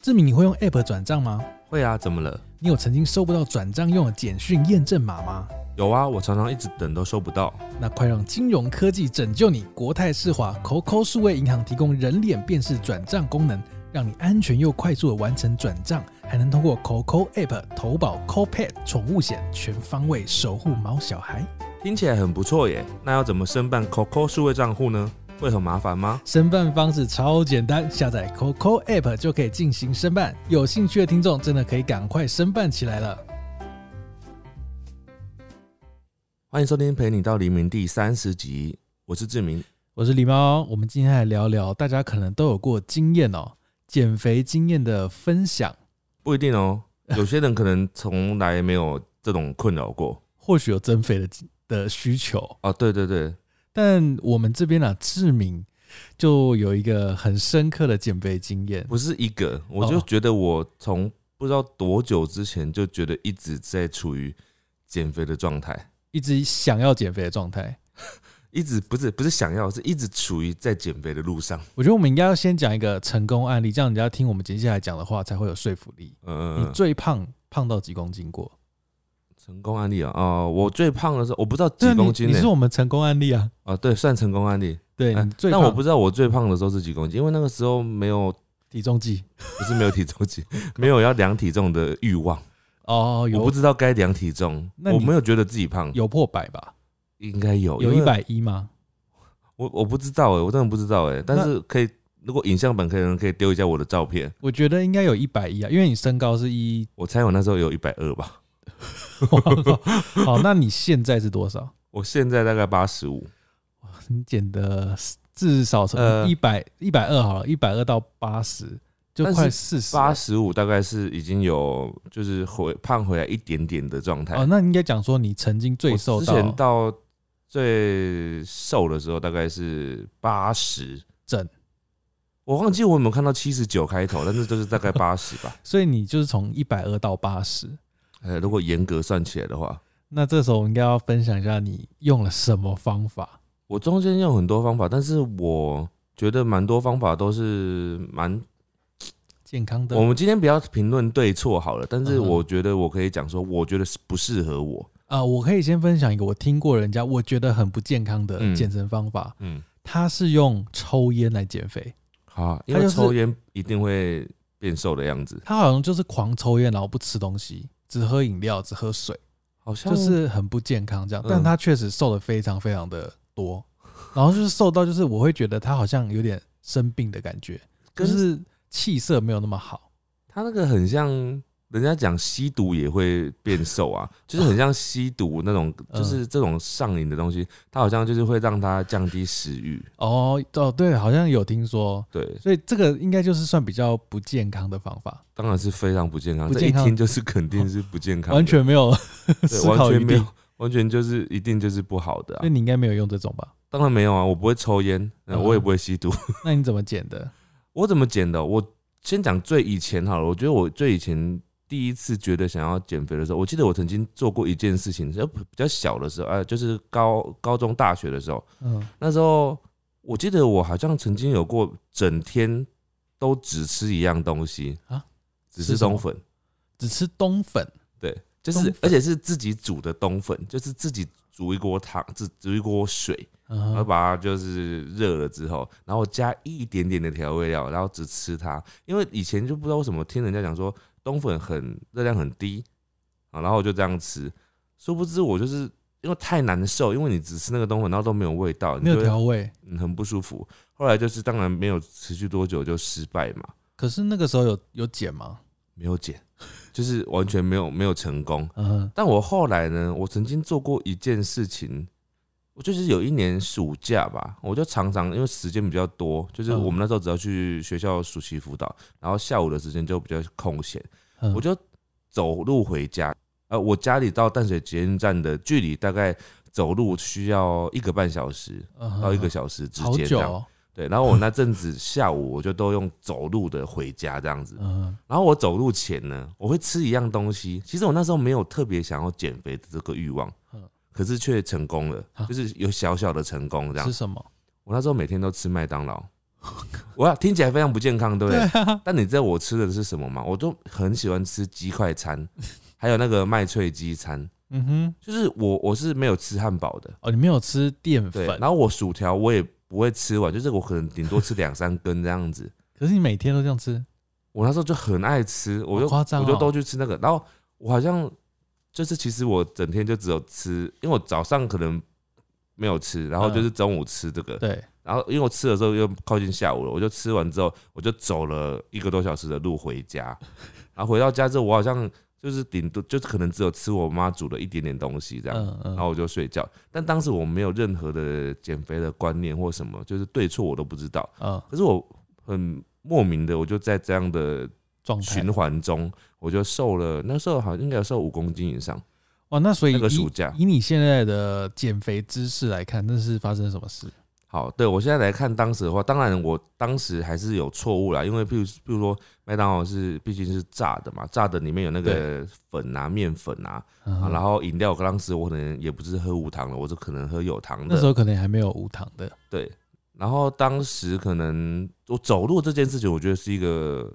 志明，你会用 App 转账吗？会啊，怎么了？你有曾经收不到转账用的简讯验证码吗？有啊，我常常一直等都收不到。那快让金融科技拯救你！国泰世华 COCO 数位银行提供人脸辨识转账功能，让你安全又快速的完成转账，还能通过 COCO App 投保 CoPet 宠物险，全方位守护毛小孩。听起来很不错耶。那要怎么申办 COCO 数位账户呢？会很麻烦吗？申办方式超简单，下载 COCO App 就可以进行申办。有兴趣的听众真的可以赶快申办起来了。欢迎收听《陪你到黎明》第三十集，我是志明。我是狸猫，我们今天来聊聊大家可能都有过经验哦，减肥经验的分享。不一定哦，有些人可能从来没有这种困扰过。或许有增肥的的需求，哦，对对对，但我们这边呢、啊，志明就有一个很深刻的减肥经验。不是一个，我就哦觉得我从不知道多久之前就觉得一直在处于减肥的状态，一直想要减肥的状态。一直不是不是想要，是一直处于在减肥的路上。我觉得我们应该要先讲一个成功案例，这样人家听我们接下来讲的话才会有说服力。嗯、你最胖胖到几公斤过？成功案例啊、哦，我最胖的时候我不知道对啊几公斤你呢、你是我们成功案例啊。啊，对，算成功案例。对，哎你最但胖我不知道我最胖的时候是几公斤，因为那个时候没有，体重计不是没有体重计， 没有要量体重的欲望，哦，我不有知道该量体重，那你我没有觉得自己胖，有破百吧？应该有，有哦因一为百一吗？我我不知道哎、我真的不知道哎、但是可以，如果影像版可能可以丢一下我的照片，我觉得应该有一百一啊，因为你身高是一。 我猜我那时候有一百二吧，好，那你现在是多少？ 我现在大概八十五，你减的至少从呃一百一百二好了，一百二到八十，就但是快四十。八十五大概是已经有就是回胖回来一点点的状态。哦，那你应该讲说你曾经最瘦我之前到最瘦的时候大概是八十整，我忘记我有没有看到七十九开头，但是就是大概八十吧。所以你就是从一百二到八十。呃，如果严格算起来的话，那这时候我应该要分享一下你用了什么方法。我中间用很多方法，但是我觉得蛮多方法都是蛮。健康的我们今天不要评论对错好了，但是嗯哼我觉得我可以讲说，我觉得是不适合我。啊、我可以先分享一个我听过人家我觉得很不健康的嗯健身方法，嗯，他是用抽烟来减肥，好，因它为就是抽烟一定会变瘦的样子，他好像就是狂抽烟，然后不吃东西，只喝饮料，只喝水。好像就是很不健康这样嗯，但他确实瘦的非常非常的多，然后就是瘦到就是我会觉得他好像有点生病的感觉，就跟是气色没有那么好。他那个很像人家讲吸毒也会变瘦啊， 就是很像吸毒那种，嗯就是这种上瘾的东西，它好像就是会让它降低食欲。哦哦，对，好像有听说，对，所以这个应该就是算比较不健康的方法，当然是非常不健康，不这一健康听就是肯定是不健康的，完全没有对思完考全余没地有。，完全就是一定就是不好的、啊那。你应该没有用这种吧？当然没有啊，我不会抽烟，呃嗯我也不会吸毒。那你怎么减的？我怎么减的？我先讲最以前好了。我觉得我最以前第一次觉得想要减肥的时候，我记得我曾经做过一件事情，呃就比较小的时候，啊，就是高高中、大学的时候，嗯，那时候我记得我好像曾经有过整天都只吃一样东西啊，只吃吃什么冬粉，只吃冬粉，对，就冬是粉而且是自己煮的冬粉，就是自己煮一锅汤，自煮一锅水，嗯然后哼，把它就是热了之后，然后加一点点的调味料，然后只吃它。因为以前就不知道为什么听人家讲说冬粉很热量很低啊，然后我就这样吃，殊不知我就是因为太难受，因为你只吃那个冬粉，然后都没有味道，你没就有会调味。嗯很不舒服。后来就是当然没有持续多久就失败嘛，可是那个时候有有减吗？没有减，就是完全没有没有成功。嗯哼，但我后来呢，我曾经做过一件事情，我就是有一年暑假吧，我就常常因为时间比较多，就是嗯我们那时候只要去学校暑期辅导，然后下午的时间就比较空闲，嗯我就走路回家。呃，我家里到淡水捷运站的距离大概走路需要一个半小时嗯哼到一个小时之好间久这样。哦，对，然后我那阵子下午我就都用走路的回家这样子。嗯哼，然后我走路前呢，我会吃一样东西。其实我那时候没有特别想要减肥的这个欲望嗯，可是却成功了啊，就是有小小的成功这吃样。什么？我那时候每天都吃麦当劳， 哇，听起来非常不健康，对不对对？啊，但你知道我吃的是什么吗？我都很喜欢吃鸡块餐，还有那个麦脆鸡餐。 嗯哼，就是我我是没有吃汉堡的，哦，你没有吃淀对。粉然，后我薯条我也不会吃完，就是我可能顶多吃两三根这样子。可是你每天都这样吃，我那时候就很爱吃，我就、好夸张哦我就都去吃那个。然后我好像就是其实我整天就只有吃，因为我早上可能没有吃，然后就是中午吃这个，嗯对，然后因为我吃的时候又靠近下午了，我就吃完之后我就走了一个多小时的路回 家，然后回到家之后我好像就是顶多就可能只有吃我妈煮的一点点东西这样。嗯然嗯，后我就睡觉，但当时我没有任何的减肥的观念或什么，就是对错我都不知道。嗯，可是我很莫名的，我就在这样的状态循环中，我就瘦了，那时候好像应该有瘦五公斤以上。哇，那所以那个以暑假以你现在的减肥知识来看，那是发生了什么事？好，对我现在来看当时的话，当然我当时还是有错误啦，因为譬如譬如说麦当劳是毕竟是炸的嘛，炸的里面有那个粉啊、面粉啊，啊嗯然后饮料当时我可能也不是喝无糖的，我就可能喝有糖那时的，候可能还没有无糖的，对。然后当时可能我走路这件事情，我觉得是一个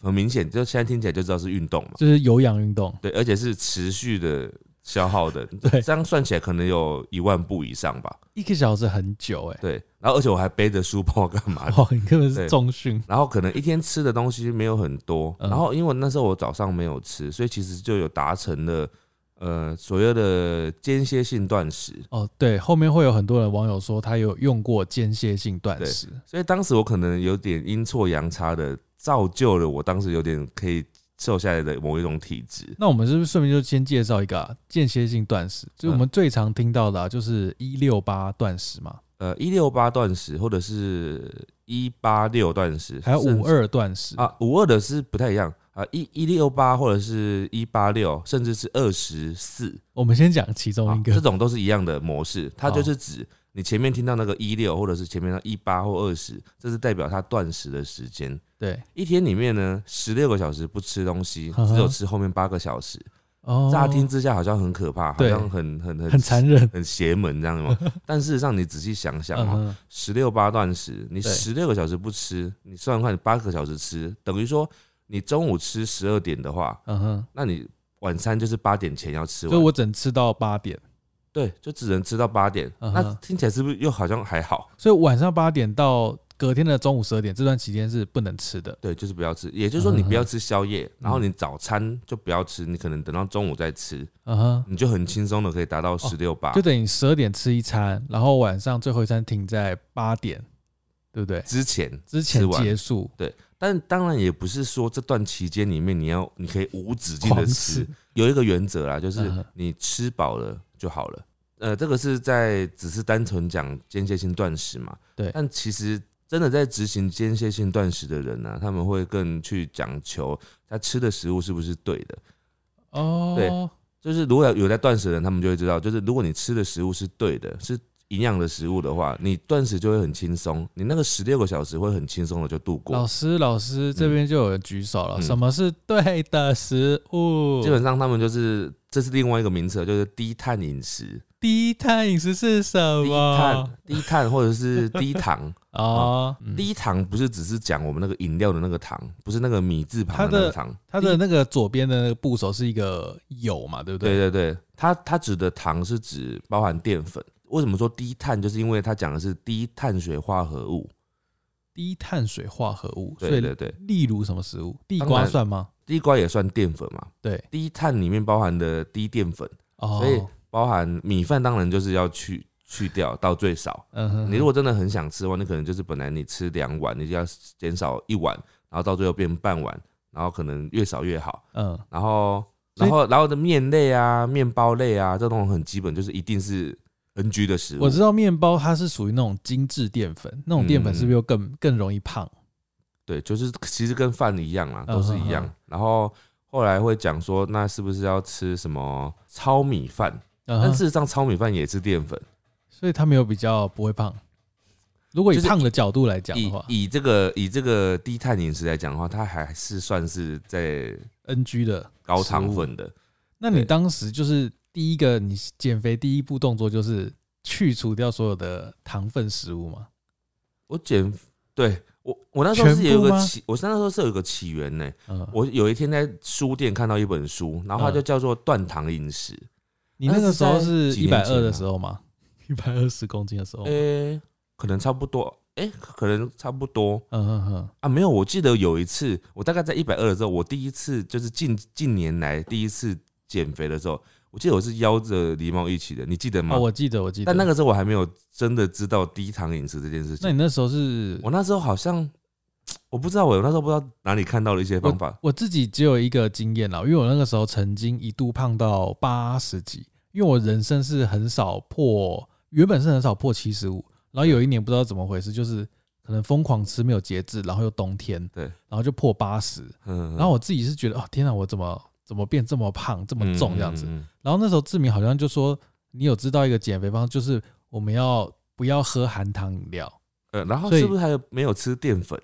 很明显，就现在听起来就知道是运动嘛。就是有氧运动，对，而且是持续的消耗的， 对这样算起来可能有一万步以上吧。一个小时很久哎、对，然后而且我还背着书包干嘛的？哇，你根本是对重训，然后可能一天吃的东西没有很多，嗯然后因为那时候我早上没有吃，所以其实就有达成了呃所谓的间歇性断食。哦，对，后面会有很多人网友说他有用过间歇性断食，所以当时我可能有点阴错阳差的造就了我当时有点可以瘦下来的某一种体质。那我们是不是顺便就先介绍一个啊间、歇性断食？嗯就是我们最常听到的、啊，就是一六八断食嘛，呃，一六八断食或者是一八六断食，还有甚五至二断食啊，五二的是不太一样啊，一一六八或者是一八六，甚至是二十四，我们先讲其中啊一个这，种都是一样的模式。它就是指你前面听到那个一六，或者是前面那一八或二十，这是代表它断食的时间。对，一天里面呢，十六个小时不吃东西嗯，哼只有吃后面八个小时。哦，乍听之下好像很可怕，好对像很很很很残忍，很邪门这样吗？但事实上，你仔细想想嗯哦，哼十六八断食，你对十六个小时不吃，你算算看，八个小时吃，等于说你中午吃十二点的话，嗯哼，那你晚餐就是八点前要吃所以完。我整吃到八点，对，就只能吃到八点。嗯哼那听起来是不是又好像还好？所以晚上八点到隔天的中午十二点这段期间是不能吃的，对，就是不要吃，也嗯就是说你不要吃宵夜，然后你早餐就不要吃，你可能等到中午再吃，嗯哼，你就很轻松的可以达到十六八哦就等于十二点吃一餐，然后晚上最后一餐停在八点，对不对？之前。之前吃完结束但当然也不是说这段期间里面你要你可以无止境的狂吃吃，，有一个原则啦，就是嗯哼你吃饱了就好了。呃，这个是在只是单纯讲间歇性断食嘛？对但其实真的在执行间歇性断食的人呢、他们会更去讲求他吃的食物是不是对的。哦，对就是如果有在断食的人，他们就会知道，就是如果你吃的食物是对的，是营养的食物的话，你断食就会很轻松，你那个十六个小时会很轻松的就度过老。师，老师这边就有人举手了，嗯什么是对的食物？基本上他们就是这是另外一个名词，就是低碳饮食、低碳饮食是什低么碳、？低碳或者是 低糖。哦，嗯低糖不是只是讲我们那个饮料的那个糖，不是那个米字旁的那个糖。它的低那个左边的那个部首是一个有嘛，对不对对？对对，它它指的糖是指包含淀粉。为什么说低碳？就是因为它讲的是低碳水化合物。低碳水化合物，所对以对对，例如什么食物？地当瓜然算吗？地瓜也算淀粉嘛？对，低碳里面包含的低淀粉，哦，所以包含米饭，当然就是要去去掉到最少。嗯哼你如果真的很想吃的话，你可能就是本来你吃两碗，你就要减少一碗，然后到最后变半碗，然后可能越少越好。嗯，然后所以然后然后的面类啊、面包类啊，这种很基本，就是一定是 NG 的食物。我知道面包它是属于那种精致淀粉，那种淀粉嗯是不是又更更容易胖？对，就是其实跟饭一样啊，嗯都是一样。嗯嗯然后后来会讲说，那是不是要吃什么糙米饭？但但事实上，糙米饭也是淀粉。嗯所以它没有比较不会胖。如果以就是胖的角度来讲的以话以这个以这个低碳饮食来讲的话，它还是算是在，NG 的高食糖物分的。那你对当时就是第一个，你减肥第一步动作就是去除掉所有的糖分食物嘛？我减对我，我那时候是有一全部个吗起，我那时候是有一个起源呢、嗯，我有一天在书店看到一本书，然后它嗯就叫做《断糖饮食》。你那个时候是那是在几一百年二前的啊时候 吗？一百二十公斤的时候吗，诶、可能差不多，诶、可能差不多嗯嗯嗯，啊。没有，我记得有一次，我大概在一百二的时候，我第一次就是近近年来第一次减肥的时候，我记得我是邀着狸猫一起的，你记得吗？哦，我记得我记得。嗯但那个时候我还没有真的知道低糖饮食这件事那情。你那时候是我那时候好像我不知道，我那时候不知道哪里看到了一些方法。我自己只有一个经验啦，因为我那个时候曾经一度胖到八十几，因为我人生是很少破，原本是很少破七十五，然后有一年不知道怎么回事，就是可能疯狂吃没有节制，然后又冬天，对然后就破八十，嗯，然后我自己是觉得哦天哪，我怎么怎么变这么胖这这么重这样子，嗯嗯嗯然后那时候志明好像就说你有知道一个减肥方法，就是我们要不要喝含糖饮料，呃，然后所以是不是还有没有吃淀粉？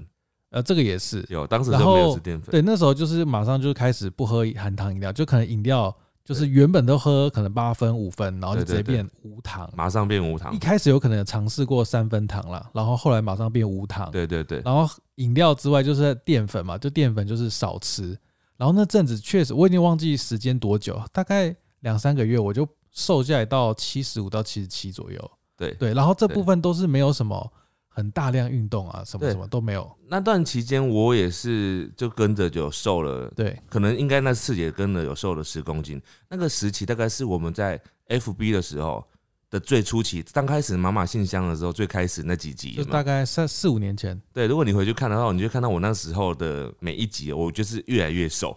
呃，这个也是，有，当时就然没有后吃淀粉。对，那时候就是马上就开始不喝含糖饮料，就可能饮料就是原本都喝可能八分五分，然后就直接对对对变无糖。马上变无糖一。开始有可能有尝试过三分糖啦，然后后来马上变无糖。对对对，然后饮料之外就是淀粉嘛，就淀粉就是少吃。然后那阵子确实我已经忘记时间多久，大概两三个月我就瘦下来到七十五到七十七左右。对对，然后这对部分都是没有什么很大量运动啊，什么对什么都没有。那段期间我也是就跟着就瘦了，对，可能应该那次也跟着有瘦了十公斤。那个时期大概是我们在 FB 的时候的最初期，刚开始妈妈信箱的时候最开始那几集就有是没有大概三四五年前。对，如果你回去看的话，你就看到我那时候的每一集，我就是越来 越瘦，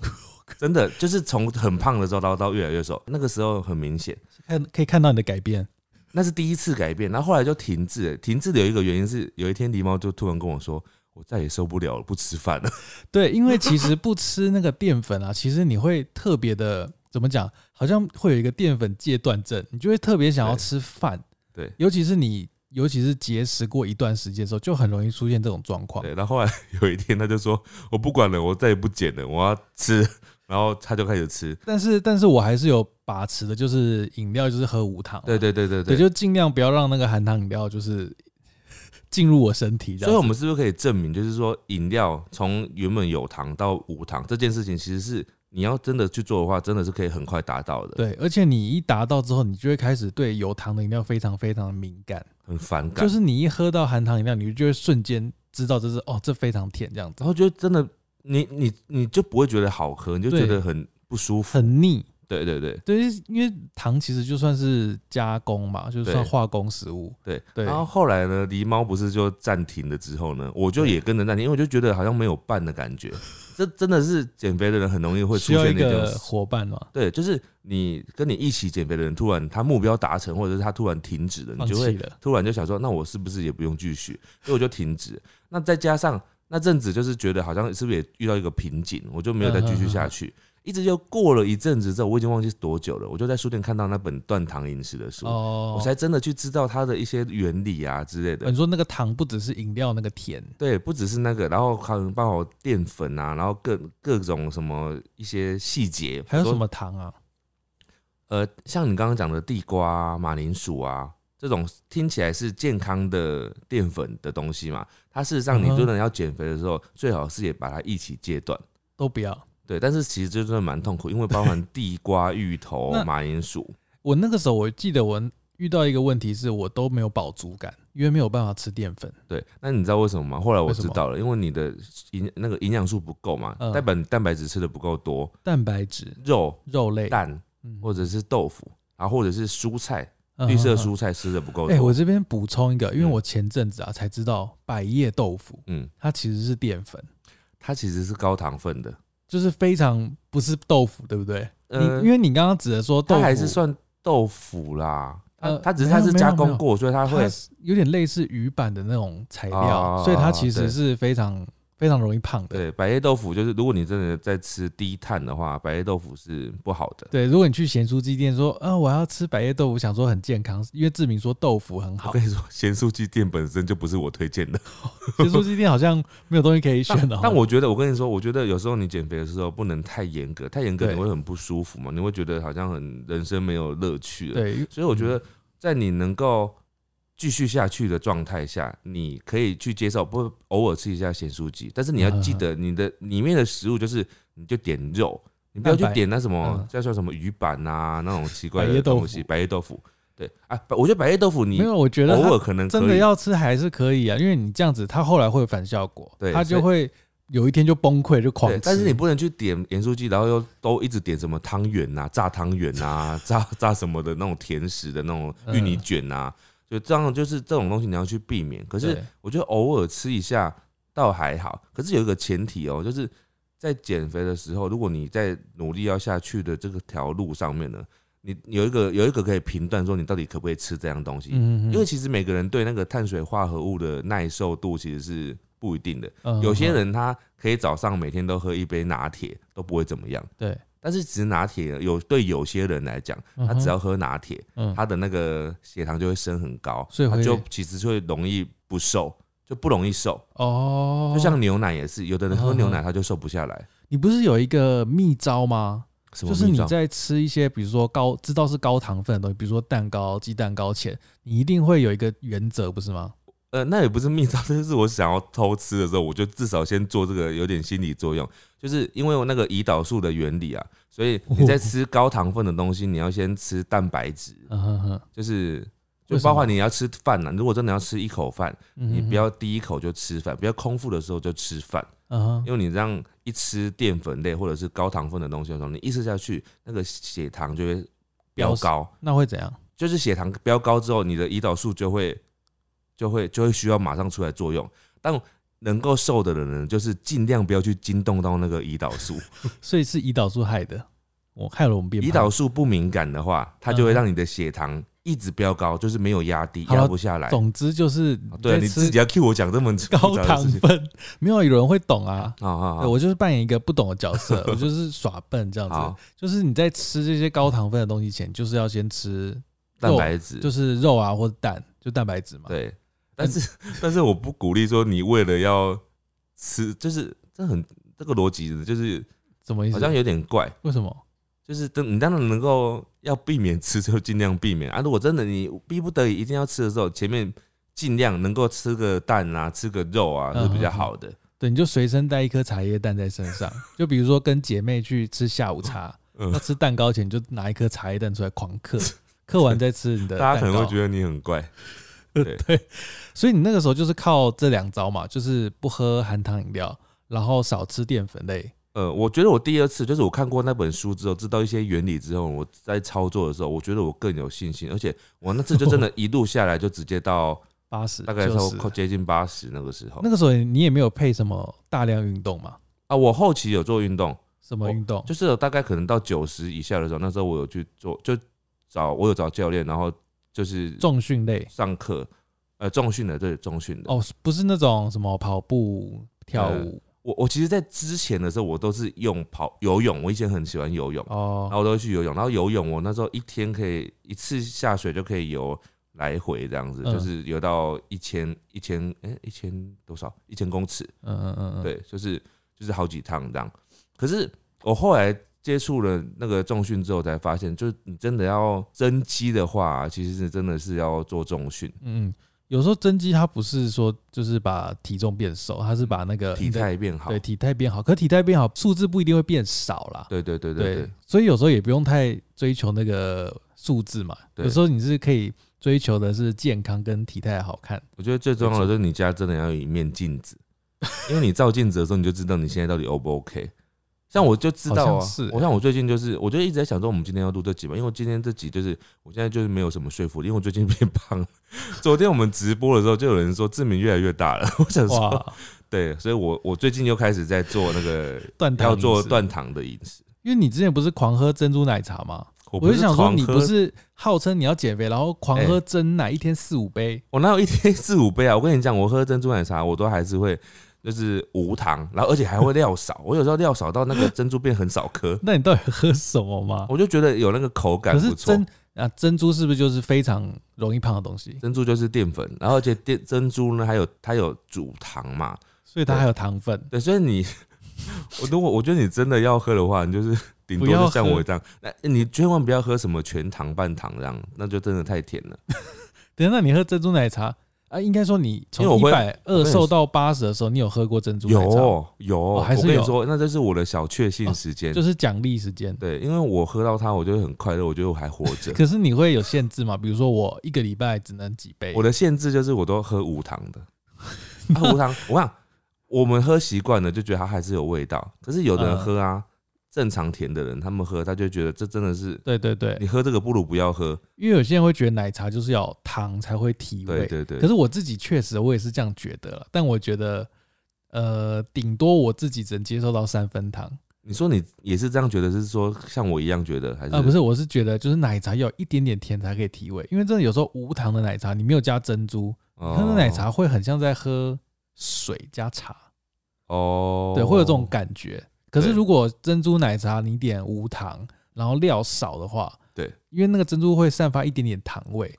真的就是从很胖的时候到到越来越瘦，那个时候很明显。看可以看到你的改变。那是第一次改变，然后后来就停滞了。停滞的有一个原因是，有一天狸猫就突然跟我说：“我再也受不了了，不吃饭了。 对，因为其实不吃那个淀粉啊，其实你会特别的怎么讲？好像会有一个淀粉戒断症，你就会特别想要对吃饭。对尤其是你，尤其是节食过一段时间之后，就很容易出现这种状”况。对，然后后来有一天他就说：“我不管了，我再也不减了，我要 吃。”然后他就开始吃。但是，但是我还是有把持的，就是饮料就是喝无糖啊，对对对对对，对，就尽量不要让那个含糖饮料就是 进入我身体这样子。所以我们是不是可以证明，就是说饮料从原本有糖到无糖这件事情，其实是你要真的去做的话，真的是可以很快达到的。，对，而且你一达到之后，你就会开始对有糖的饮料非常非常的敏感。很反感。就是你一喝到含糖饮料，你就会瞬间知道这是哦，这非常甜，这样子然后觉得真的，你你你就不会觉得好喝，你就觉对得很不舒服。很腻。对对对。对，因为糖其实就算是加工嘛，就算对化工食物。对，对然后后来呢，狸猫不是就暂停了之后呢，我就也跟着暂停，因为我就觉得好像没有伴的 感觉。这真的是减肥的人很容易会出需要一现的个一种，伙伴嘛，对，就是你跟你一起减肥的人，突然他目标达成，或者是他突然停止了，放你就弃会了。突然就想说，那我是不是也不用继续？所以我就停止。那再加上那阵子，就是觉得好像是不是也遇到一个瓶颈，我就没有再继续下嗯去。一直又过了一阵子之后，我已经忘记是多久了，我就在书店看到那本《断糖饮食》的书，哦哦我，才真的去知道它的一些原理啊之类的你。说那个糖不只是饮料那个甜，对，不只是那个，然后还有包括淀粉啊，然后各各种什么一些细节，还有比什如说么糖啊？呃，像你刚刚讲的地瓜、啊、马铃薯啊这种听起来是健康的淀粉的东西嘛，它事实上你嗯哼真的要减肥的时候，最好是也把它一起戒断。都不要。对，但是其实就真的蛮痛苦，因为包含地瓜、芋头 那、马铃薯，我那个时候我记得我遇到一个问题是我都没有饱足感，因为没有办法吃淀粉。对，那你知道为什么吗？后来我为什知么道了，因为你的营那个营养素不够嘛，嗯蛋白蛋白质吃的不够多，蛋白质、肉、肉类、蛋嗯或者是豆腐，然后或者是蔬菜，嗯绿色嗯嗯蔬菜吃的不够哎、我多。这边补充一个，因为嗯我前阵子啊才知道百叶豆腐嗯，它其实是淀粉，它其实是高糖分的，就是非常不是豆腐，对不对？呃你因，为你刚刚指的说豆它腐还是算豆腐啦。它呃它只是没有它是没有加没工有过，所以它会它是有点类似鱼板的那种材料，哦所以它其实对是非常非常容易胖的。对百叶豆腐就是，如果你真的在吃低碳的话，百叶豆腐是不好的。对，如果你去咸酥鸡店说，啊，我要吃百叶豆腐，想说很健康，因为志明说豆腐很我好，跟你说，咸酥鸡店本身就不是我推荐的。咸酥鸡店好像没有东西可 以选但的哦。 但我觉得，我跟你说，我觉得有时候你减肥的时候不能太严格，太严格对你会很不舒服嘛，你会觉得好像很人生没有乐趣了。对嗯所以我觉得，在你能够继续下去的状态下，你可以去接受，不偶尔吃一下咸酥鸡，但是嗯你要记得你的里面的食物就是你就点肉，你不要去蛋白点那什么嗯叫做什么鱼板啊那种奇怪百叶的豆腐东西，白叶豆腐。对啊，我觉得白叶豆腐你没有，我觉得它偶尔可能可以真的要吃还是可以啊，因为你这样子，它后来会有反效果，对它就会有一天就崩溃，就狂对吃。，但是你不能去点盐酥鸡，然后又都一直点什么汤 圆呐、炸汤圆呐、炸炸什么的那种甜食的那种嗯芋泥卷呐、就这样就是这种东西你要去避免。可是对我觉得偶尔吃一下倒还好，可是有一个前提哦、就是在减肥的时候，如果你在努力要下去的这个条路上面呢，你有一个有一个可以评断说你到底可不可以吃这样东西，嗯，嗯嗯因为其实每个人对那个碳水化合物的耐受度其实是不一定的。嗯有些嗯人他可以早上每天都喝一杯拿铁都不会怎么样，对，但是只拿铁有对有些人来讲，他只要喝拿铁，嗯他的那个血糖就会升很高，所以他会就其实就会容易不瘦，就不容易瘦。哦，嗯就像牛奶也是，有的人喝牛奶他就瘦不下来，你不是有一个秘招吗？什么就是秘你状在吃一些，比如说高知道是高糖分的东西，比如说蛋糕、鸡蛋糕前，你一定会有一个原则，不是吗？呃，那也不是秘招，这 就是我想要偷吃的时候，我就至少先做这个有点心理作用，就是因为我那个胰岛素的原理啊，所以哦你在吃高糖分的东西，你要先吃蛋白质，嗯哼哼，就是就为什么包括你要吃饭啊呢、如果真的要吃一口饭，嗯你哼不要第一口就吃饭，不要空腹的时候就吃饭，嗯哼因为你这样一吃淀粉类或者是高糖分的东西的时候，你一吃下去，那个血糖就会飙高，那会怎样？就是血糖飙高之后，你的胰岛素就会就会就会需要马上出来作用，但。能够瘦的人呢，就是尽量不要去惊动到那个胰岛 素。所以是胰岛素害的，我害了我们变胰胖岛素不敏感的话，它就会让你的血糖一直飙高，就是没有压低，嗯好了压不下来。总之就是哦对，啊在你自吃己要 cue 我讲这么 高复杂的糖事 情。分，没有有人会懂啊。好好 对好，我就是扮演一个不懂的角色，我就是耍笨这样好子。就是你在吃这些高糖分的东西前，就是要先吃蛋白质就是肉啊或者蛋，就蛋白质嘛。嗯对，但是但是我不鼓励说你为了要吃，就是这很这个逻辑就是什么意思好？像有点怪，为什么？就是等你当然能够要避免吃就尽量避免啊。如果真的你逼不得已一定要吃的时候，前面尽量能够吃个蛋啊，吃个肉啊嗯是比较好的。对，你就随身带一颗茶叶蛋在身 上，就比如说跟姐妹去吃下午茶，嗯要吃蛋糕前你就拿一颗茶叶蛋出来狂嗑， 嗑完再吃你 的。大家可能会觉得，得你 很怪，对，所以你那个时候就是靠这两招嘛，就是不喝含糖饮料，然后少吃淀粉类。呃，我觉得我第二次就是我看过那本书之后，知道一些原理之后，我在操作的时候，我觉得我更有信心，而且我那次就 真的一路下来就直接到八十大概就到是快接近八十那个时候。那个时候你也没有配什么大量运动嘛，啊，我后期有做运动，什么运动？哦就是有大概可能到九十以下的时候，那时候我有去做，就找我有找教练，然后就是重训类上课，呃，重训的，对，重训的。哦，不是那种什么跑步、跳呃舞我我其实，在之前的时候，我都是用跑游泳，我以前很喜欢游泳。哦然。后我都会去游泳，然后游泳我那时候一天可以一次下水就可以游来回这样子，嗯就是游到一千一千哎一千多少一千公尺，嗯嗯嗯嗯，对，就是就是好几趟这样。可是我后来接触了那个重训之后，才发现，就是你真的要增肌的话、其实是真的是要做重训，嗯，嗯，有时候增肌它不是说就是把体重变瘦，它是把那个体态变好对。体态变好，可体态变好，数字不一定会变少啦。对对对对对，所以有时候也不用太追求那个数字嘛。对有时候你是可以追求的是健康跟体态好 看。我觉得最重要的就是你家真的要有一面镜子， 因为你照镜子的时候，你就知道你现在到底 O 不 OK。像我就知道好啊像是欸，我像我最近就是，我就一直在想说，我们今天要录这集嘛，因为我今天这集就是，我现在就是没有什么说服力，因为我最近变胖了。 昨天我们直播的时候，就有人说志明越来越大了， 我想说，哇，对，所以我我最近又开始在做 那个断糖要做饮食，断糖的饮食。因为你之前不是狂喝珍珠奶茶吗？我我不哎就是想说，狂你喝不是号称你要减肥，然后狂喝真奶，一天四五杯。我哪哦有一天四五杯啊？我跟你讲，我喝珍珠奶茶，我都还是会就是无糖，然后而且还会料少。我有时候料少到那个珍珠变很少颗，那你到底喝什么吗？我就觉得有那个口感可不是错。珍啊，珍珠是不是就是非常容易胖的东西？珍珠就是淀粉，然后而且淀珍珠呢，还有它有煮糖嘛，所以它对还有糖分。对，所以你我如果我觉得你真的要喝的话，你就是顶多不要就像喝我这样，那你千万不要喝什么全糖半糖这样，那就真的太甜了。等一下，那你喝珍珠奶茶啊？应该说你从因为我一会百跟二你瘦到八十的时候，你有喝过珍珠奶茶？哦有有，还是我跟有哦你说，那这是我的小确幸时间。就是奖励时间。对，因为我喝到它，我就会很快乐，我觉得我还活着。可是你会有限制吗？比如说我一个礼拜只能几杯？我的限制就是我都喝无糖的，啊、无糖。我想我们喝习惯了，就觉得它还是有味道。可是有的人嗯喝啊，正常甜的人，他们喝他就觉得这真的是对对对你，喝这个不如不要喝。因为有些人会觉得奶茶就是要糖才会提味。对对对嗯可，是我自己确实我也是这样觉得了，但我觉得呃，顶多我自己只能接受到三分糖你说你也是这样觉得，是说像我一样觉得还是？啊、不是，我是觉得就是奶茶要有一点点甜才可以提味，因为真的有时候无糖的奶茶你没有加珍珠，哦，喝的奶茶会很像在喝水加茶，哦，对，会有这种感觉。可是对如果珍珠奶茶你点无糖，然后料少的话，对，因为那个珍珠会散发一点点糖味，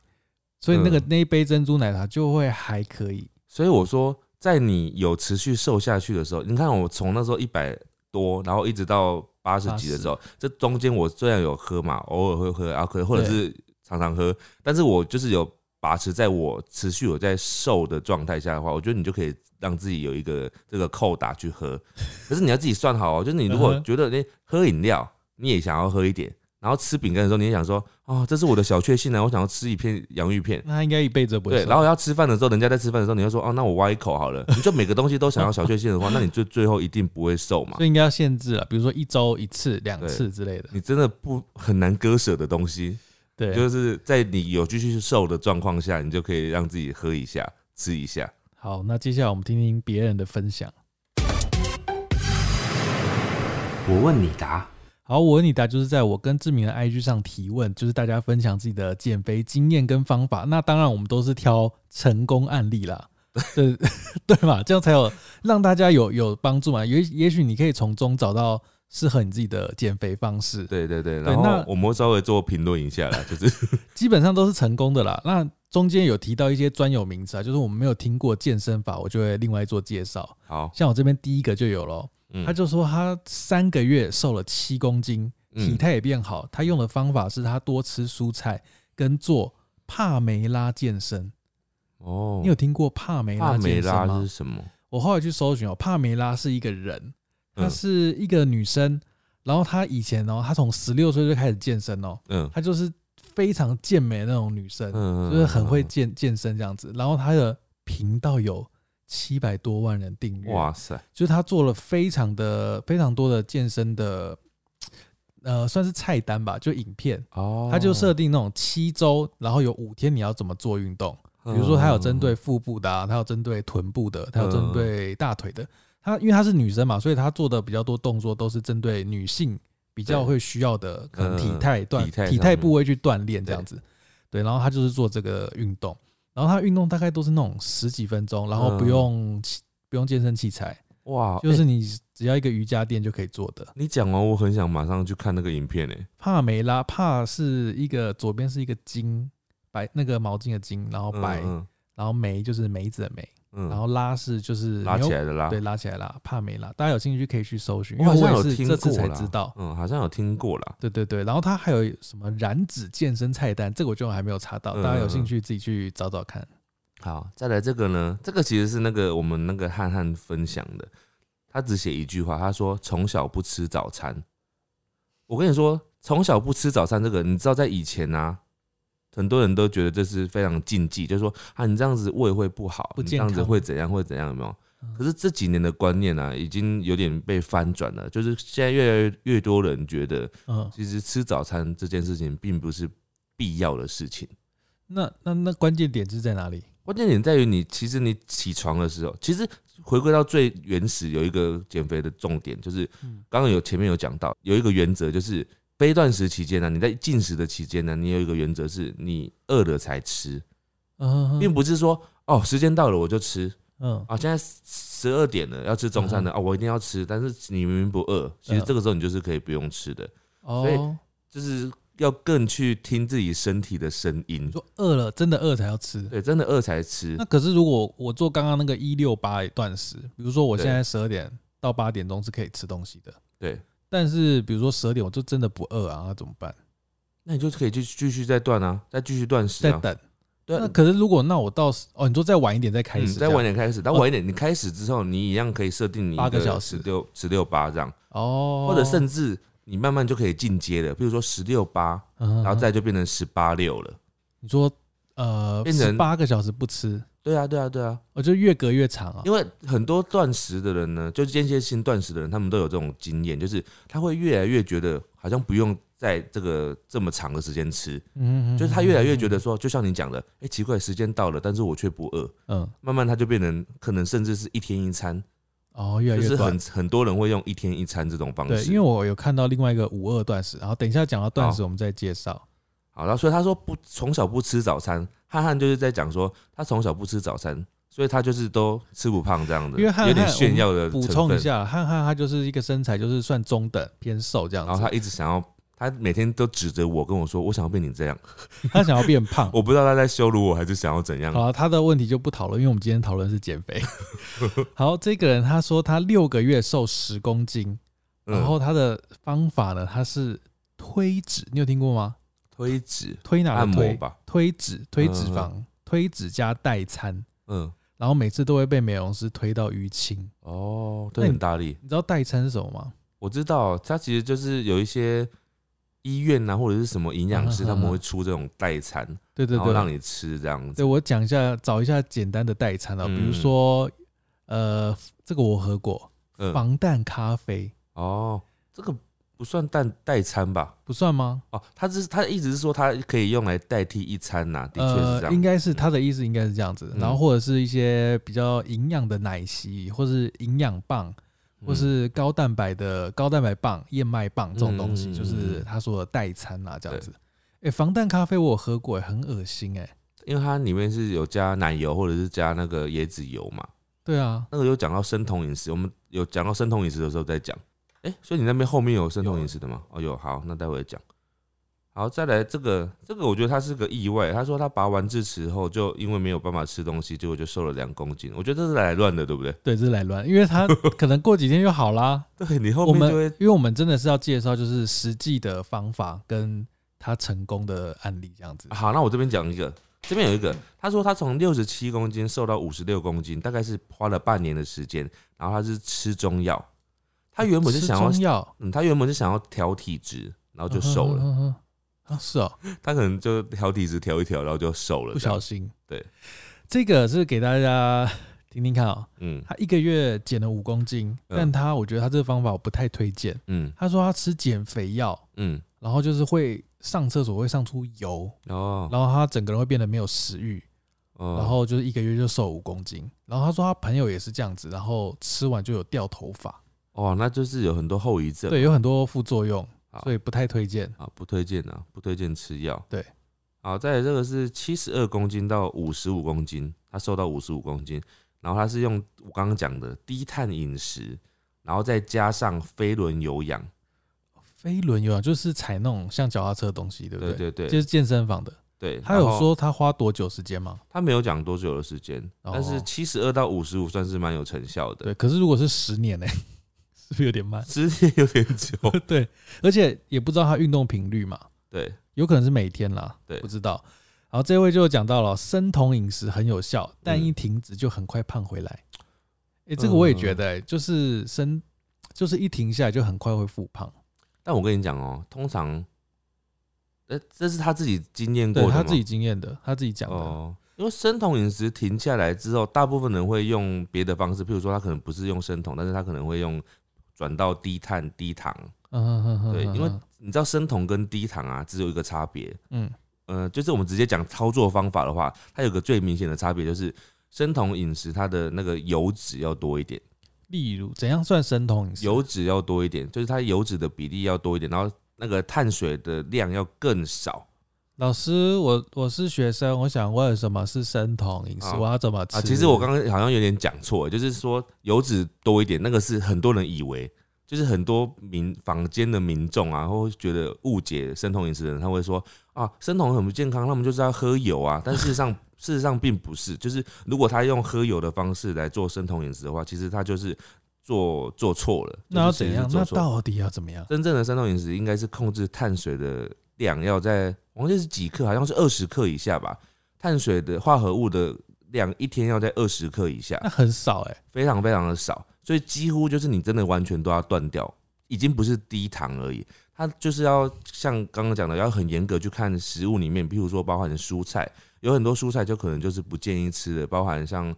所以那个、嗯那一杯珍珠奶茶就会还可以。所以我说，在你有持续瘦下去的时候，你看我从那时候一百多，然后一直到八十几的时候，这中间我虽然有喝嘛，偶尔会喝啊，可或者对是常常喝，但是我就是有把持在我持续有在瘦的状态下的话，我觉得你就可以让自己有一个这个扣打去喝。可是你要自己算好哦，就是你嗯如果哼觉得你喝饮料，你也想要喝一点。然后吃饼干的时候，你也想说，哦，这是我的小确幸呢、我想要吃一片洋芋片，那他应该一辈子都不会对，瘦然后要吃饭的时候，人家在吃饭的时候，你就说哦，那我挖一口 好了。你就每个东西都想要小确幸的话，那你就最 后一定不会瘦嘛所。以应该要限制了，比如说一周一次、两次之类的。你真的不很难割舍的东西， 对，啊就是在你有继续瘦的状况下，你就可以让自己喝一下、吃一下。好，那接下来我们听听别人的分享。我问你答，好，我问你答，就是在我跟志明的 IG 上提问，就是大家分享自己的减肥经验跟方法。那当然，我们都是挑成功案例 啦，对 对嘛，这样才有让大家有有帮助嘛。也也许你可以从中找到适合你自己的减肥方式，对对对，对然后那我们会稍微做评论一下啦， 就是基本上都是成功的啦。那中间有提到一些专有名词啊，就是我们没有听过健身法，我就会另外做介绍。好，像我这边第一个就有咯，嗯他就说他三个月瘦了七公斤，嗯体态也变好。他用的方法是他多吃蔬菜跟做帕梅拉健身。嗯哦，你有听过帕梅帕拉梅健身拉是吗？什么？我后来去搜寻哦，帕梅拉是一个人，她嗯是一个女生，然后她以前哦，她从十六岁就开始健身哦，嗯她就是非常健美的那种女生，嗯就是很会健健身这样子。然后她的频道有七百多万人订阅，哇塞，就是他做了非常的非常多的健身的，呃，算是菜单吧，就影片。哦，他就设定那种七周，然后有五天你要怎么做运动。比嗯，如说，他有针对腹部的、啊，他有针对臀部的，他有针嗯对大腿的。他因为他是女生嘛，所以他做的比较多动作都是针对女性比较对会需要的，可能体嗯态锻体态体上态面部位去锻炼这对样子。对，然后他就是做这个运动，然后他运动大概都是那种十几分钟，然后不嗯用器不用健身器材，哇，就欸是你只要一个瑜伽垫就可以做的。你讲完，我很想马上去看那个影片诶。帕梅拉，帕是一个左边是一个巾，白那个毛巾的巾，然后白，嗯然后梅就是梅子的梅，嗯，然后拉是就是拉牛起来的拉。对，拉起来拉，帕梅拉，大家有兴趣可以去搜寻，我因好为像我有也是听这次过才啦知道。嗯，好像有听过啦。对对对，然后它还有什么燃脂健身菜单，这个我就还没有查到，嗯大家有兴趣自己去找找看。好，再来这个呢，这个其实是那个我们那个汉汉分享的，他只写一句话，他说从小不吃早餐。我跟你说，从小不吃早餐这个，你知道在以前啊，很多人都觉得这是非常禁忌，就是说啊，你这样子胃会不好，不你这健样康子会怎样会怎样，有没有？嗯可是这几年的观念啊，已经有点被翻转了，就是现在越来越多人觉得，嗯，其实吃早餐这件事情并不是必要的事情。那那那关键点是在哪里？关键点在于你，其实你起床的时候，其实回归到最原始，有一个减肥的重点，就是嗯刚刚有前面有讲到，有一个原则就是非断食期间呢、你在进食的期间呢、你有一个原则是你饿了才吃，嗯并不是说哦时间到了我就吃嗯啊，现在十二点了要吃中餐了啊、我一定要吃，但是你明明不饿，其实嗯这个时候你就是可以不用吃的，所以哦，就是要更去听自己身体的声音你，说饿了，真的饿才要吃。对，真的饿才吃那，可是如果我做刚刚那个一六八断食，比如说我现在十二点到八点钟是可以吃东西的，对。但是比如说十二点我就真的不饿啊，那怎么办？那你就可以继续继续再断啊，再继续断食再啊。等，对啊那，可是如果那我到哦，你说再晚一点再开嗯始这再样，哦晚一点开始，到晚一点你开始之后，你一样可以设定你八个小时十六十六八这样，哦，嗯或者甚至你慢慢就可以进阶了，比如说十六八，然然后再就变成十八六了。嗯你说呃，变十成八个小时不吃，对啊，对啊，对啊，我就越隔越长啊。因为很多断食的人呢，就是间歇性断食的人，他们都有这种经验，就是他会越来越觉得好像不用在这个这么长的时间吃，嗯，就是他越来越觉得说，就像你讲的，哎、奇怪，时间到了，但是我却不饿，嗯，慢慢他就变成可能甚至是一天一餐，哦，越来就越是短很。很多人会用一天一餐这种方对，式。因为我有看到另外一个五二断食，然后等一下讲到断食，好我们再介绍。好，然后所以他说不从小不吃早餐，汉汉就是在讲说他从小不吃早餐，所以他就是都吃不胖这样的，因为汉汉有点炫耀的补成充一分。下，汉汉他就是一个身材就是算中等偏瘦这样然后子他，一直想要，他每天都指着我跟我说，我想要变你这样，他想要变胖。 我不知道他在羞辱我还是想要怎样好。啊了，他的问题就不讨论，因为我们今天讨论是减 肥。好，这个人他说他六个月瘦十公斤，嗯然后他的方法呢，他是推脂，你有听过吗？推脂推哪按个摩推？吧，推脂，推脂嗯肪，推脂加代餐，嗯，然后每次都会被美容师推到淤青。哦，那对，你很大力。你知道代餐是什么吗？我知道，他其实就是有一些医院啊，或者是什么营养师，嗯嗯嗯他们会出这种代餐，对对然后让对，你吃这样子对。我讲一下，找一下简单的代餐啊，比如嗯说，呃，这个我喝过，嗯，防弹咖啡哦，这个不算代代餐吧？不算吗？哦，他只是他一直是说它可以用来代替一餐呐、的确是这呃，样。应该是他的意思，应该是这样子。嗯然后或者是一些比较营养的奶昔，或是营养棒，嗯或是高蛋白的高蛋白棒、燕麦棒这种东西，嗯嗯嗯就是嗯他说的代餐啊，这样子。哎、防弹咖啡我有喝过、诶很恶心哎、因为它里面是有加奶油或者是加那个椰子油嘛。对啊，那个有讲到生酮饮食，我们有讲到生酮饮食的时候再讲。哎、所以你那边后面有生酮饮食的吗？哦，有，好，那待会讲。好，再来这个，这个我觉得他是个意外。他说他拔完智齿后，就因为没有办法吃东西，结果就瘦了两公斤。我觉得这是来乱的，对不对？对，这是来乱，因为他可能过几天就好啦。 对你后我面们就会因为我们真的是要介绍就是实际的方法跟他成功的案例这样子。好。那我这边讲一个，这边有一个，他说他从六十七公斤瘦到五十六公斤，大概是花了半年的时间。然后他是吃中药，他原本是吃想要中，药，嗯，他原本是想要调体质，然后就瘦了。嗯哼哼哼哼啊，是哦，他可能就调体质调一调，然后就瘦了。不小，心。对，这个是给大家听听看哦。嗯他一个月减了五公斤，嗯但他我觉得他这个方法我不太推荐。嗯他说他吃减肥药，嗯，然后就是会上厕所会上出油，哦，然后他整个人会变得没有食欲，哦然后就是一个月就瘦五公斤。然后他说他朋友也是这样子，然后吃完就有掉头发，哦，那就是有很多后遗症，对，有很多副作用，好所以不太推荐。啊，不推荐啊，不推荐吃药。对，好，再来这个是七十二公斤到五十五公斤，他瘦到五十五公斤，然后他是用我刚刚讲的低碳饮食，然后再加上飞轮有氧，飞轮有氧就是踩那种像脚踏车的东西，对不对就对对是健身房的。对，他然有后说他花多久时间吗？他没有讲多久的时间，哦但是七十二到五十五算是蛮有成效的对，，可是如果是十年呢、 是不是有点慢？时间有点 久，对，而且也不知道他运动频率嘛，对，有可能是每天啦，对不知道。然后这位就讲到了生酮饮食很有效，但一嗯停止就很快胖回来。哎、这个我也觉得、欸，嗯就是生，就是一停下来就很快会复胖。但我跟你讲哦，通常，呃，这是他自己经验过对的他吗自己经验的，他自己讲的。哦，因为生酮饮食停下来之后，大部分人会用别的方式，譬如说他可能不是用生酮，但是他可能会用转到低碳、低糖。嗯哼哼哼对，哼因为哼你知道生酮跟低糖啊，只有一个差别，嗯呃，就是我们直接讲操作方法的话，它有个最明显的差别就是生酮饮食它的那个油脂要多一点。例如怎样算生酮饮食？油脂要多一点，就是它油脂的比例要多一点，然后那个碳水的量要更少老师，我我是学生，我想问什么是生酮饮食？啊我要怎么吃？啊。其实我刚刚好像有点讲错，就是说油脂多一点，那个是很多人以为，就是很多民坊间的民众啊，会觉得误解生酮饮食的人，他会说啊，生酮很不健康，他们就是要喝油啊，但事实上。事实上并不是，就是如果他用喝油的方式来做生酮饮食的话，其实他就是做做错了。那要就是怎其实样？做那错了到底要怎么样？真正的生酮饮食应该是控制碳水的量要在，我忘记是几克，好像是二十克以下吧。碳水的化合物的量一天要在二十克以下那，很少哎、非常非常的少，所以几乎就是你真的完全都要断掉，已经不是低糖而已，它就是要像刚刚讲的，要很严格去看食物里面，譬如说包含蔬菜，有很多蔬菜就可能就是不建议吃的，包含像呃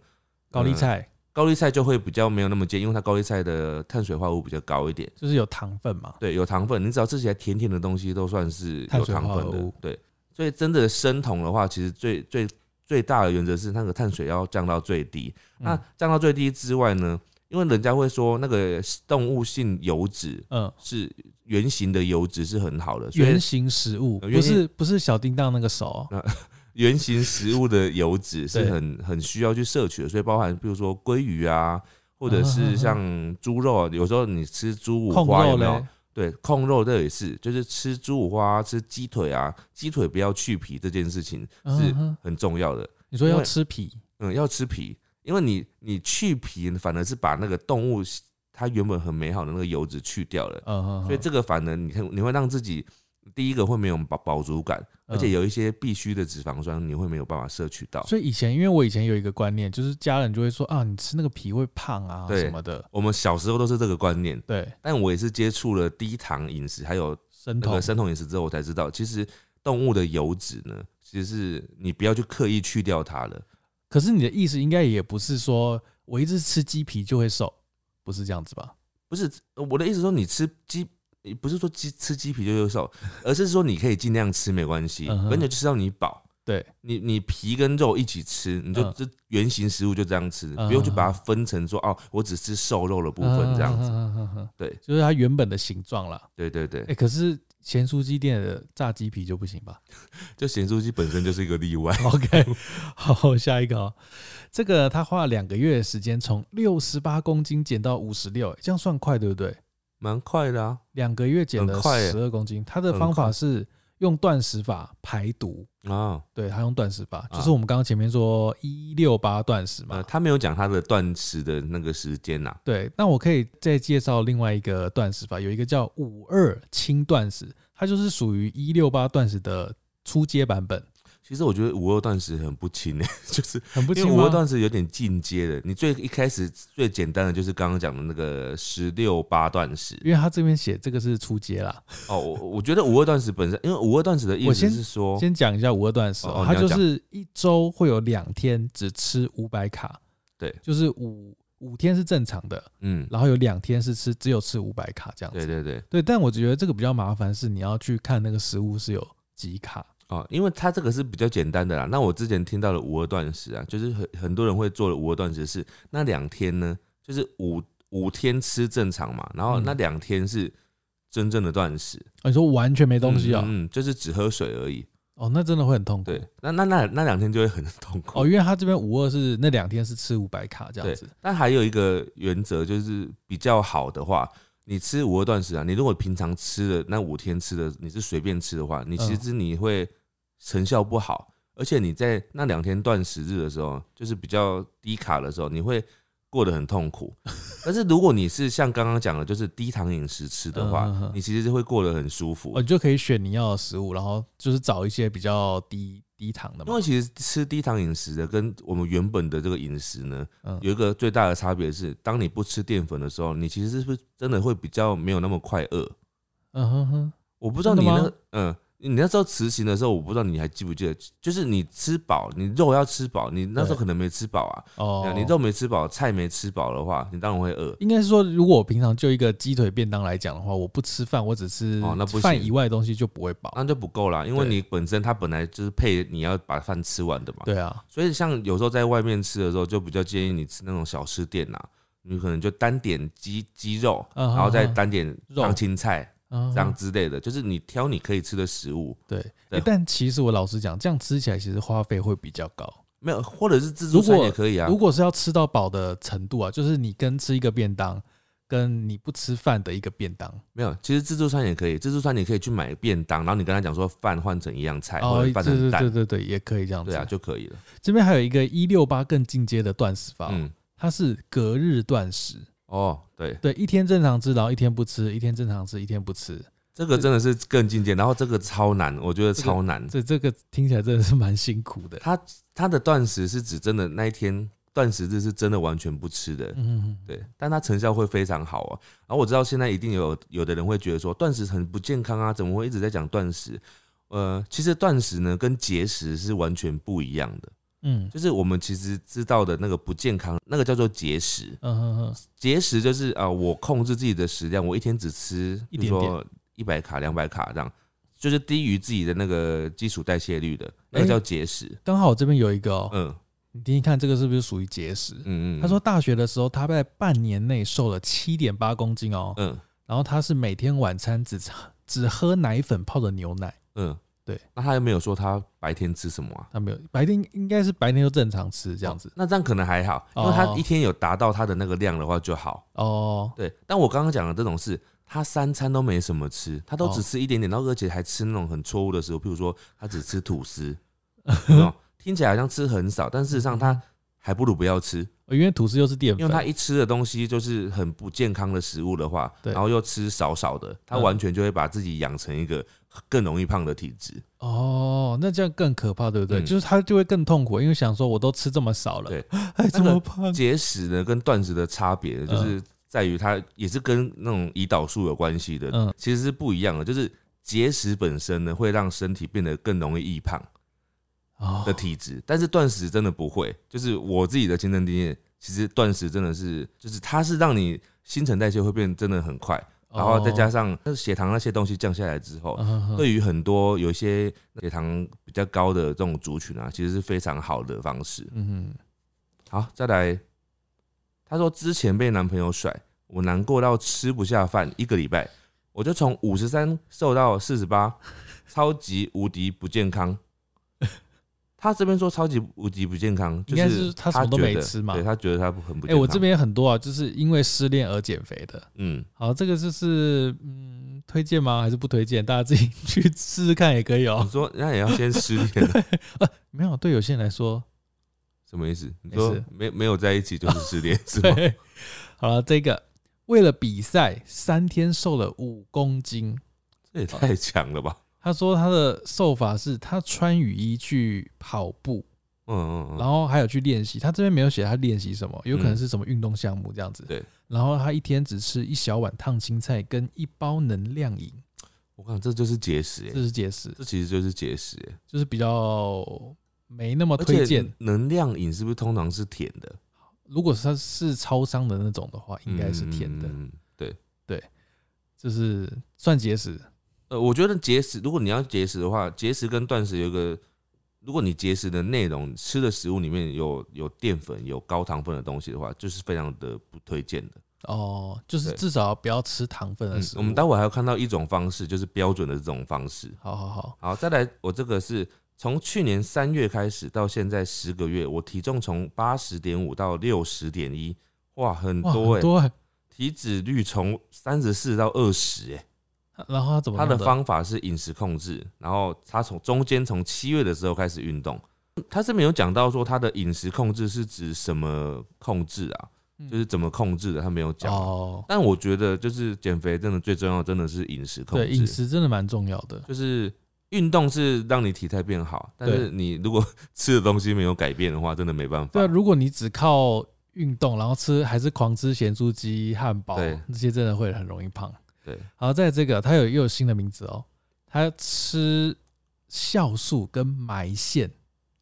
高丽菜高丽菜就会比较没有那么建议，因为它高丽菜的碳水化合物比较高一点。就是有糖分嘛，对，有糖分，你只要吃起来甜甜的东西都算是有糖碳水化分合的物。对，所以真的生酮的话，其实最最最大的原则是那个碳水要降到最低。那嗯降到最低之外呢，因为人家会说那个动物性油脂嗯，是圆形的油脂是很好的，所以圆形食物呃不原型是不是小叮当那个手哦、圆形食物的油 脂是对很很需要去摄取的，所以包含比如说鲑鱼啊，或者嗯是像猪肉啊，有时候你吃猪五控花有肉没有嘞？，对，控肉这也是，就是吃猪五花、吃鸡腿啊，鸡腿不要去皮这件事情嗯是哼很重要的。你说要因为吃皮，嗯，要吃皮，因为你你去皮，反而是把那个动物它原本很美好的那个油脂去掉了，嗯哼，所以这个反而你看你会让自己第一个会没有饱饱足感，而且嗯有一些必须的脂肪酸你会没有办法摄取到。所以以前，因为我以前有一个观念，就是家人就会说啊，你吃那个皮会胖啊对什么的，我们小时候都是这个观念，对，但我也是接触了低糖饮食，还有生那酮个生酮饮食之后，我才知道，其实动物的油脂呢，其实是你不要去刻意去掉它了。可是你的意思应该也不是说我一直吃鸡皮就会瘦，不是这样子吧？不是呃我的意思说，你吃鸡，不是说鸡吃鸡皮就会瘦，而是说你可以尽量吃没关系嗯哼，而且吃到你饱。对，你你皮跟肉一起吃，你就嗯这原型食物就这样吃，嗯不用去把它分成说哦，我只吃瘦肉的部分这嗯样子。子对就是它原本的形状啦。对对哎、对，可是咸酥鸡店的炸鸡皮就不行吧 就咸酥鸡本身就是一个例外。 ？OK，好，下一个哦，这个他花了两个月的时间，从六十八公斤减到五十六，哎这样算快对不对？蛮快的啊，两个月减了很快耶十二公斤，他的很方法快是用断食法排毒。啊，对，他用断食法，就啊是我们刚刚前面说一六八断食嘛。呃，他没有讲他的断食的那个时间啊呐、对，那我可以再介绍另外一个断食法，有一个叫五二轻断食，它就是属于一六八断食的初阶版本，其实我觉得五二断食很不轻 诶、就是很不因轻为五二吗？断食有点进阶的。你最一开始最简单的就是刚刚讲的那个十六八断食因为它这边写这个是初阶啦。哦。我我觉得五二断食本身，因为五二断食的意我思先是说，先讲一下五二断食、哦哦，哦它你要就讲是一周会有两天只吃五百卡，对就是五五天是正常的，嗯，然后有两天是吃只有吃五百卡这样子。对对对，对，但我觉得这个比较麻烦是你要去看那个食物是有几卡。哦，因为它这个是比较简单的啦。那我之前听到的五二断食啊，就是很很多人会做的五二断食是那两天呢，就是五五天吃正常嘛，然后嗯那两天是真正的断食，哦，你说完全没东西啊、嗯，嗯就是只喝水而已。哦，那真的会很痛苦。对，那那那那两天就会很痛苦哦，因为他这边五二是那两天是吃五百卡这样子，但还有一个原则就是比较好的话，你吃五二断食啊，你如果平常吃的那五天吃的你是随便吃的话，你其实你会成效不好，而且你在那两天断食日的时候，就是比较低卡的时候，你会过得很痛苦。 但是如果你是像刚刚讲的，就是低糖饮食吃的话，嗯嗯嗯你其实是会过得很舒服哦，。你就可以选你要的食物，然后就是找一些比较低低糖的因嘛为。其实吃低糖饮食的跟我们原本的这个饮食呢，嗯，有一个最大的差别是，当你不吃淀粉的时候，你其实是不是真的会比较没有那么快饿？嗯哼哼，我不知道真你的吗那嗯，你那时候辞行的时候，我不知道你还记不记得，就是你吃饱，你肉要吃饱，你那时候对可能没吃饱啊，哦，嗯你肉没吃饱，菜没吃饱的话，你当然会饿。应该是说，如果我平常就一个鸡腿便当来讲的话，我不吃饭，我只吃哦那不行啊饭以外的东西就不会饱。那就不够啦，因为对你本身它本来就是配你要把饭吃完的嘛，对啊，所以像有时候在外面吃的时候，就比较建议你吃那种小吃店呐、你可能就单点鸡鸡肉，嗯然后再嗯嗯单点肉当青菜，嗯这样之类的，就是你挑你可以吃的食物，对。对啊诶但其实我老实讲，这样吃起来其实花费会比较高。没有或者是自助餐如果也可以啊如。果是要吃到饱的程度啊，就是你跟吃一个便当，跟你不吃饭的一个便当，没有，其实自助餐也可以，自助餐你可以去买便当，然后你跟他讲说饭换成一样菜、哦，或对者饭成对蛋，对对对，也可以这样子。对啊就可以了。这边还有一个一六八更进阶的断食法哦、嗯，它是隔日断食，哦，对，对，一天正常吃，然后一天不吃，一天正常吃，一天不吃，这个真的是更进阶，然后这个超难，我觉得超难。这这个听起来真的是蛮辛苦的。他他的断食是指真的那一天断食日是真的完全不吃的，嗯，对，但它成效会非常好啊。然后我知道现在一定有有的人会觉得说断食很不健康啊，怎么会一直在讲断食？呃，其实断食呢跟节食是完全不一样的，嗯就是我们其实知道的那个不健康，那个叫做节食。嗯嗯嗯节食就是啊、呃我控制自己的食量，我一天只吃，一比如点说一百卡、两百卡这样，就是低于自己的那个基础代谢率的，那个哎叫节食。刚好我这边有一个哦，嗯你听听看，这个是不是属于节食？嗯嗯，他说，大学的时候，他在半年内瘦了七点八公斤哦，嗯然后他是每天晚餐只只喝奶粉泡的牛奶，嗯，对。那他又没有说他白天吃什么啊？他没有白天应该是白天就正常吃这样子哦那这样可能还好，因为他哦一天有达到他的那个量的话就好。哦，对，但我刚刚讲的这种事，他三餐都没什么吃，他都只吃一点点，然后而且还吃那种很错误的食物，譬如说他只吃 吐司，有没有听起来好像吃很少，但事实上他还不如不要吃，因为吐司又是淀因为他粉，一吃的东西就是很不健康的食物的话，对然后又吃少少的，他嗯完全就会把自己养成一个更容易胖的体质。哦，那这样更可怕，对不对？嗯就是他就会更痛苦，因为想说我都吃这么少了，对，还这那么个胖，节食呢跟断食的差嗯别，就是在于它也是跟那种胰岛素有关系的，嗯其实是不一样的。就是节食本身呢，会让身体变得更容易易胖哦的，体质，但是断食真的不会。就是我自己的亲身经验，其实断食真的是，就是它是让你新陈代谢会变真的很快，哦然后再加上那血糖那些东西降下来之后，上对于很多有一些血糖比较高的这种族群啊，其实是非常好的方式。嗯好，再来，她说之前被男朋友甩，我难过到吃不下饭，一个礼拜，我就从五十三瘦到四十八，超级无敌不健康。她这边说超级无敌不健康，就应该是是她她什么都觉没得吃嘛对她觉得她不很不哎、健康。我这边也很多啊，就是因为失恋而减肥的。嗯，好，这个就是嗯，推荐吗？还是不推荐？大家自己去试试看也可以你哦。说那也要先失恋，啊没有，对有些人来说，什么意思？你没说事没没有在一起就是 失恋是吗？对，好了，这个为了比赛三天瘦了五公斤。这也太强了吧！他说他的瘦法是他穿雨衣去跑步，嗯嗯然嗯，后还有去练习。他这边没有写他练习什么，有可能嗯是什么运动项目这样子。对。然后他一天只吃一小碗烫青菜跟一包能量饮，我看这就是节食、这欸，是解释，这其实就是节食、欸。就是比较没那么而推且嗯荐。能量饮是不是通常是甜的？如果是它是超商的那种的话，应该是甜的，嗯对，就是算节食。呃，我觉得节食，如果你要节食的话，节食跟断食有一个，如果你节食的内容吃的食物里面有有淀粉、有高糖分的东西的话，就是非常的不推荐的。哦，就是对嗯至少不要吃糖分的食物。我们待会还要看到一种方式，就是标准的这种方式。好好好，好，再来，我这个是从去年三月开始到现在十个月，我体重从八十点五到六十点一，哇，很哇，多哎、很多欸。体脂率从三十四到二十哎。然后他怎么他的弄方法是饮食控制，然后他从中间从七月的时候开始运动。他是没有讲到说他的饮食控制是指什么控制啊，嗯就是怎么控制的，他没有讲。哦，但我觉得就是减肥真的最重要，真的是饮食控对，饮制，食真的蛮重要的。就是运动是让你体态变好，但对是你如果吃的东西没有改变的话，真的没办法对啊，。如果你只靠运动，然后吃还是狂吃咸酥鸡、汉堡对那些，真的会很容易胖。对，好，在这个他有又有新的名字哦，他吃酵素跟埋线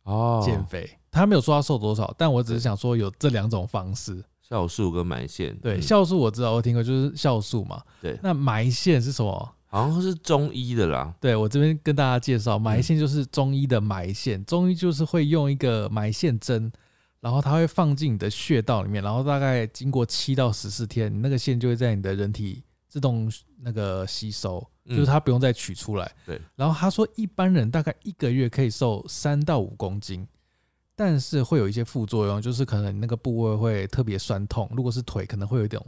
哦，减肥。他没有说他瘦多少，但我只是想说有这两种方式。酵素跟埋线，对，嗯酵素我知道，我听过，就是酵素嘛。对那埋线是什么？好像是中医的啦，对我这边跟大家介绍，嗯埋线就是中医的埋线，中医就是会用一个埋线针，然后它会放进你的穴道里面，然后大概经过七到十四天，你那个线就会在你的人体自动那个吸收，嗯就是它不用再取出来。对。然后他说，一般人大概一个月可以瘦三到五公斤，但是会有一些副作用，就是可能那个部位会特别酸痛，如果是腿，可能会有一种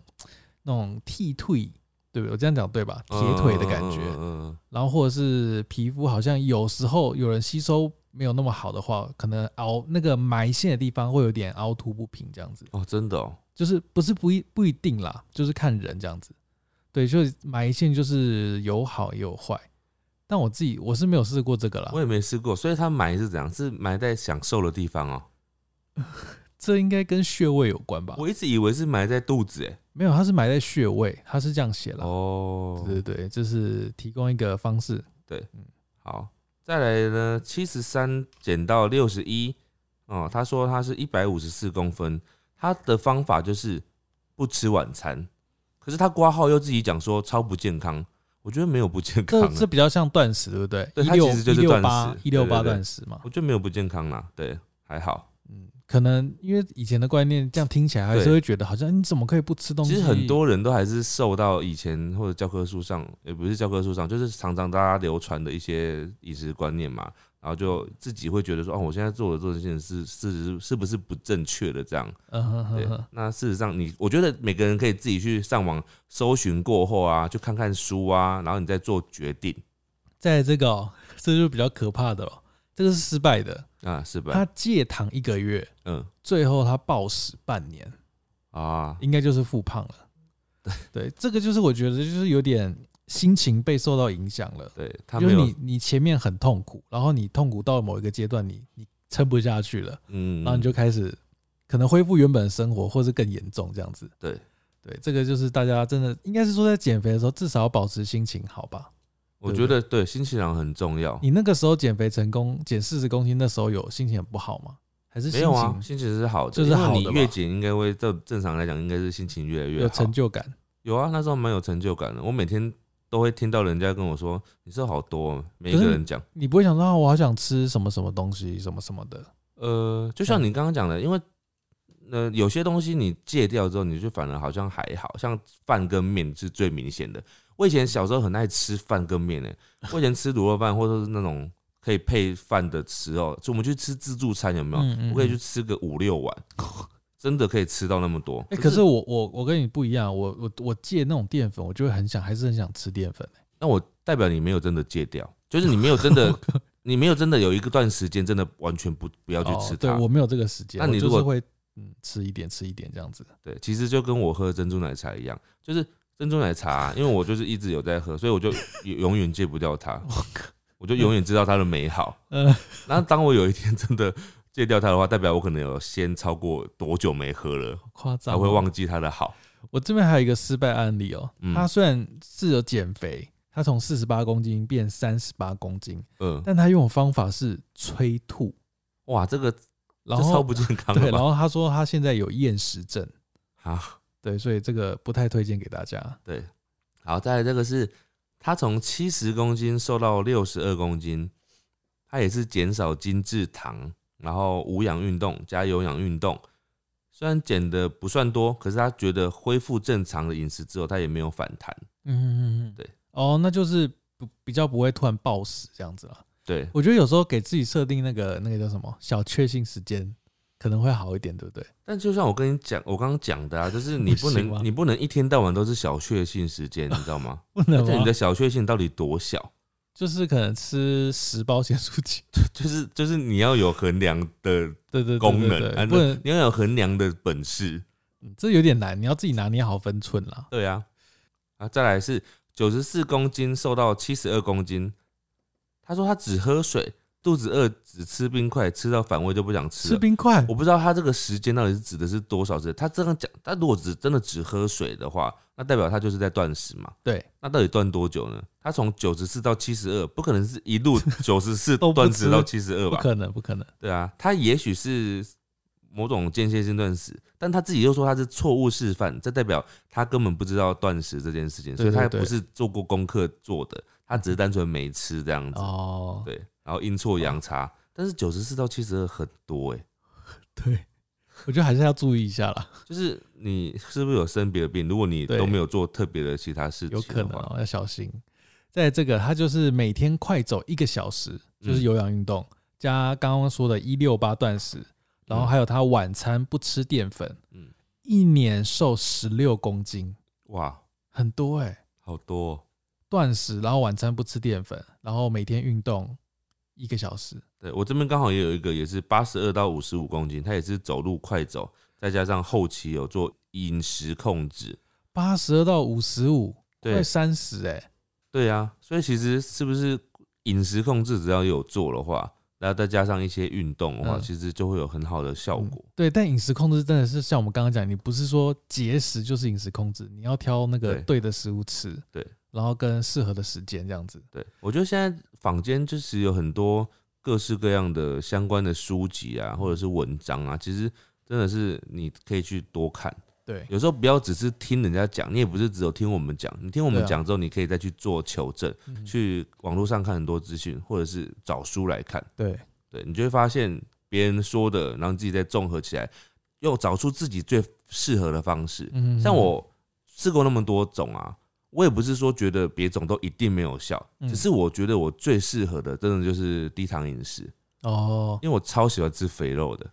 那种剃退，对不对？我这样讲对吧？铁腿的感觉。嗯嗯嗯嗯嗯然后或者是皮肤好像有时候有人吸收没有那么好的话，可能凹那个埋线的地方会有点凹凸不平，这样子哦，真的哦。就是不是不一不一定啦，就是看人这样子。对，就是埋线就是有好也有坏，但我自己我是没有试过这个啦我。也没试过，所以它埋是怎样？是埋在享受的地方哦、这应该跟穴位有关吧？我一直以为是埋在肚子、欸，没有，它是埋在穴位，它是这样写了。哦，对对对，就是提供一个方式。好，再来呢，七十三减到六十一，哦，他说他是一百五十四公分，他的方法就是不吃晚餐，可是他挂号又自己讲说超不健康，我觉得没有不健康、这啊，这比较像断食，对不对？对一它六其实就是一六断八食一六对对八对断食嘛。我觉得没有不健康啦，对，还好。嗯，可能因为以前的观念，这样听起来还是对会觉得好像你怎么可以不吃东西？其实很多人都还是受到以前或者教科书上，也不是教科书上，就是常常大家流传的一些饮食观念嘛，然后就自己会觉得说，哦，我现在做的做这件事是是是不是不正确的这样？嗯哼对哼哼，，那事实上你，我觉得每个人可以自己去上网搜寻过后啊，就看看书啊，然后你再做决定在这个、哦，这就比较可怕的了，这个是失败的。啊，是吧？他戒糖一个月，嗯最后他暴食半年，啊，应该就是复胖了。对，这个就是我觉得就是有点心情被受到影响了。对他就没是有你，你前面很痛苦，然后你痛苦到某一个阶段你，你撑不下去了，嗯，啊然后你就开始可能恢复原本的生活，或是更严重这样子。对对，这个就是大家真的应该是说，在减肥的时候至少要保持心情好吧。我觉得对新气象很重要。你那个时候减肥成功，减四十公斤，那时候有心情很不好吗？还是心没情有啊，心情是好的，就是因为好的你吧越减，应该会正正常来讲，应该是心情越来越好。有成就感？有啊，那时候蛮有成就感的。我每天都会听到人家跟我说：“你瘦好多、哦。”每一可个是人讲，你不会想说、啊、我好想吃什么什么东西，什么什么的。呃，就像你刚刚讲的，因为呃有些东西你戒掉之后，你就反而好像还好像饭跟面是最明显的。我以前小时候很爱吃饭跟面诶、欸我以前吃卤肉饭或者是那种可以配饭的吃哦、就我们去吃自助餐有没有？嗯嗯我可以嗯去吃个五六碗， 真的可以吃到那么多。哎、可是我我我跟你不一样，我我我戒那种淀粉，我就会很想，还是很想吃淀粉、那我代表你没有真的戒掉，就是你没有 真的，你没有真的有一个段时间真的完全不不要去吃哦、它。对我没有这个时间，那你我如就是果会嗯吃一点吃一点这样子。对，其实就跟我喝珍珠奶茶一样，就是珍珠奶茶啊、因为我就是一直有在喝，所以我就永永远戒不 掉它，我就永远知道它的美好。呃，然后当我有一天真的戒掉它的话，代表我可能有先超过多久没喝了，好夸张、哦才会。忘记它的好。我这边还有一个失败案例哦、嗯他虽然是有减肥，他从四十八公斤变三十八公斤，嗯，但他用的方法是催吐，哇，这个然这超后不健康对，了然吧？后他说他现在有厌食症，啊，对，所以这个不太推荐给大家。好，再来这个是他从七十公斤瘦到六十二公斤，他也是减少精制糖，然后无氧运动加有氧运动。虽然减的不算多，可是他觉得恢复正常的饮食之后，他也没有反弹。嗯嗯嗯，对。哦，那就是不比较不会突然暴食这样子啦。对，我觉得有时候给自己设定那个那个叫什么小确幸时间，可能会好一点，对不对？但就像我跟你讲，我刚刚讲的啊，就是你不不行能吗你不能一天到晚都是小确幸时间，你知 道吗？不而能且你吗的？小确幸到底多小？ 就是可能吃十包咸酥鸡，就是就是你要有衡量的对对对功对能对，啊不能，你要有衡量的本事。嗯这有点难，你要自己拿捏好分寸啦。对啊，啊，再来是九十四公斤瘦到七十二公斤。他说他只喝水，肚子饿只吃冰块，吃到反胃就不想吃吃了。冰块我不知道他这个时间到底是指的是多少时间。他这样讲，他如果只真的只喝水的话，那代表他就是在断食嘛。对，那到底断多久呢？他从九十四到七十二，不可能是 一路九十四都不断食吃到七十二不吧？可能，不可能。对啊，他也许是某种间歇性断食，但他自己又说他是错误示范，这代表他根本不知道断食这件事情，所对以他也对对不是做过功课做的，他只是单纯没吃这样子。哦，对，然后阴错阳差，但是九十四到七十二很多哎、对，我觉得还是要注意一下啦，就是你是不是有生别的病？如果你对都没有做特别的其他事情有可的能、话，嗯哦、要小心。在这个，他就是每天快走一个小时，就是嗯有氧运动、加刚刚说的一六八断食，然后还有他晚餐不吃淀粉，嗯，一年瘦十六公斤，哇，很多哎、好多、哦。断食，然后晚餐不吃淀粉，然后每天运动一个小时，对我这边刚好也有一个，也是八十二到五十五公斤，他也是走路快走，再加上后期有做饮食控制，八十二到五十五，对快三十哎，对啊，所以其实是不是饮食控制只要有做的话，然后再加上一些运动的话，嗯其实就会有很好的效果。对，但饮食控制真的是像我们刚刚讲，你不是说节食就是饮食控制，你要挑那个对对的食物吃，对，然后跟适合的时间这样子。对我觉得现在坊间就是有很多各式各样的相关的书籍啊，或者是文章啊，其实真的是你可以去多看。对，有时候不要只是听人家讲，你也不是只有听我们讲，你听我们对啊讲之后，你可以再去做求证，嗯去网络上看很多资讯，或者是找书来看。对，对你就会发现别人说的，然后自己再综合起来，又找出自己最适合的方式。嗯像我试过那么多种啊，我也不是说觉得别种都一定没有效，嗯只是我觉得我最适合的真的就是低糖饮食，哦，因为我超喜欢吃肥肉的。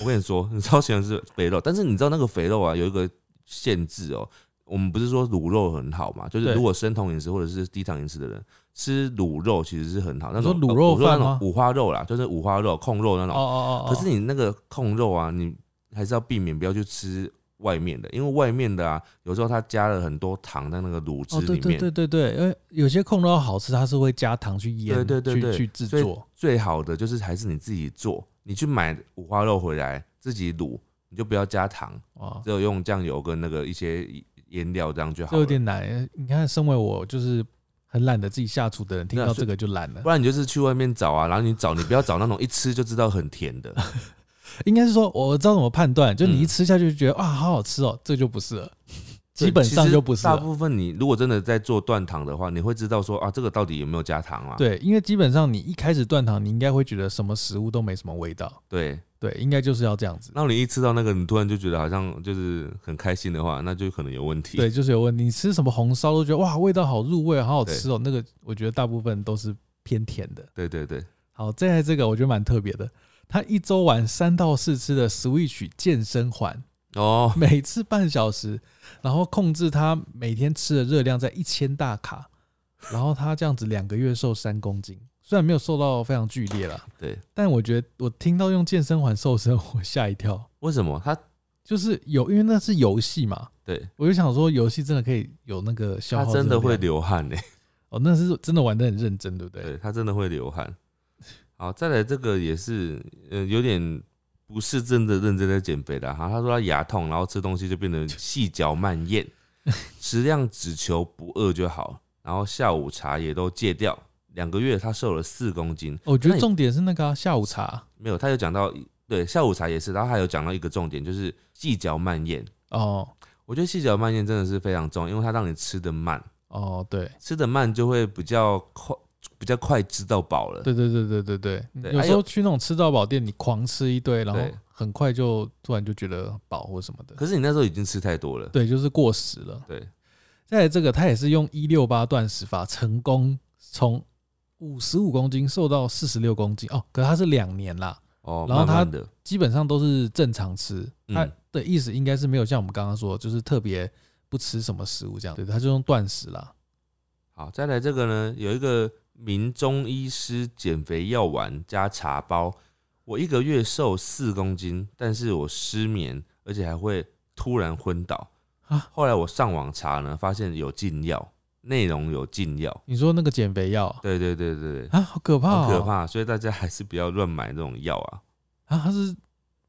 我跟你说，你超喜欢吃肥肉，但是你知道那个肥肉啊有一个限制哦、我们不是说卤肉很好嘛？就是对如果生酮饮食或者是低糖饮食的人吃卤肉其实是很好。那说种卤呃肉我说那饭种吗五花肉啦，就是五花肉、控肉那哦种。哦哦，可是你那个控肉啊，你还是要避免不要去吃外面的，因为外面的啊，有时候它加了很多糖在那个卤汁哦，对里对面。对对对，因为有些控肉好吃，它是会加糖去腌，对对对对去去制所以作。最好的就是还是你自己做，你去买五花肉回来自己卤，你就不要加糖，哦，只有用酱油跟那个一些腌料这样就好这了有。点难。你看，身为我就是很懒得自己下厨的人，听对啊到所以这个就懒了不。然你就是去外面找啊，然后你找你不要找那种一吃就知道很甜的，应该是说，我知道怎么判断，就你一嗯吃下去就觉得、哇，好好吃哦，这就不是了，对 基本上其实就不是大了。部分你如果真的在做断糖的话，你会知道说啊，这个到底有没有加糖啊？对，因为基本上你一开始断糖，你应该会觉得什么食物都没什么味道，对，对，应该就是要这样子。那你一吃到那个，你突然就觉得好像就是很开心的话，那就可能有问题。对，就是有问题。你吃什么红烧都觉得哇，味道好入味，好好吃哦。那个我觉得大部分都是偏甜的。对对对好，再来这个我觉得蛮特别的，他一周玩三到四次的 Switch 健身环，哦，每次半小时，然后控制他每天吃的热量在一千大卡，然后他这样子两个月瘦三公斤，虽然没有瘦到非常剧烈啦，对，但我觉得我听到用健身环瘦身，我吓一跳， 为什么他就是有因为那是游戏嘛，对我就想说游戏真的可以有那个消他耗热真量，的会流汗呢、哦，那是真的玩的很认真，对不对？对他真的会流汗。好，再来这个也是，呃，有点不是真的认真在减肥的哈。他说他牙痛，然后吃东西就变成细嚼慢 咽，食量只求不饿就好，然后下午茶也都戒掉。两个月他瘦了四公斤，哦我觉那得你重点是那个啊、下午茶没有，他有讲到对下午茶也是，然后还有讲到一个重点就是细嚼慢咽。哦我觉得细嚼慢咽真的是非常重要，因为它让你吃得慢，哦，对吃得慢就会比较快，比较快知道饱了。对对对对对对，对有还时候有去那种吃到饱店，你狂吃一堆，然后对很快就突然就觉得饱或什么的，可是你那时候已经吃太多了。对，就是过时了。对，再来这个，他也是用一六八断食法成功从五十五公斤瘦到四十六公斤哦，可是他是两年啦，哦，然后慢它慢的，基本上都是正常吃，嗯他的意思应该是没有像我们刚刚说，就是特别不吃什么食物这样，对，他就用断食啦。好，再来这个呢，有一个名中医师减肥药丸加茶包，我一个月瘦四公斤，但是我失眠，而且还会突然昏倒。啊后来我上网查呢，发现有禁药，内容有禁药。你说那个减肥药对对对对对，啊，好可怕、哦，很可怕，所以大家还是不要乱买这种药啊。啊！他是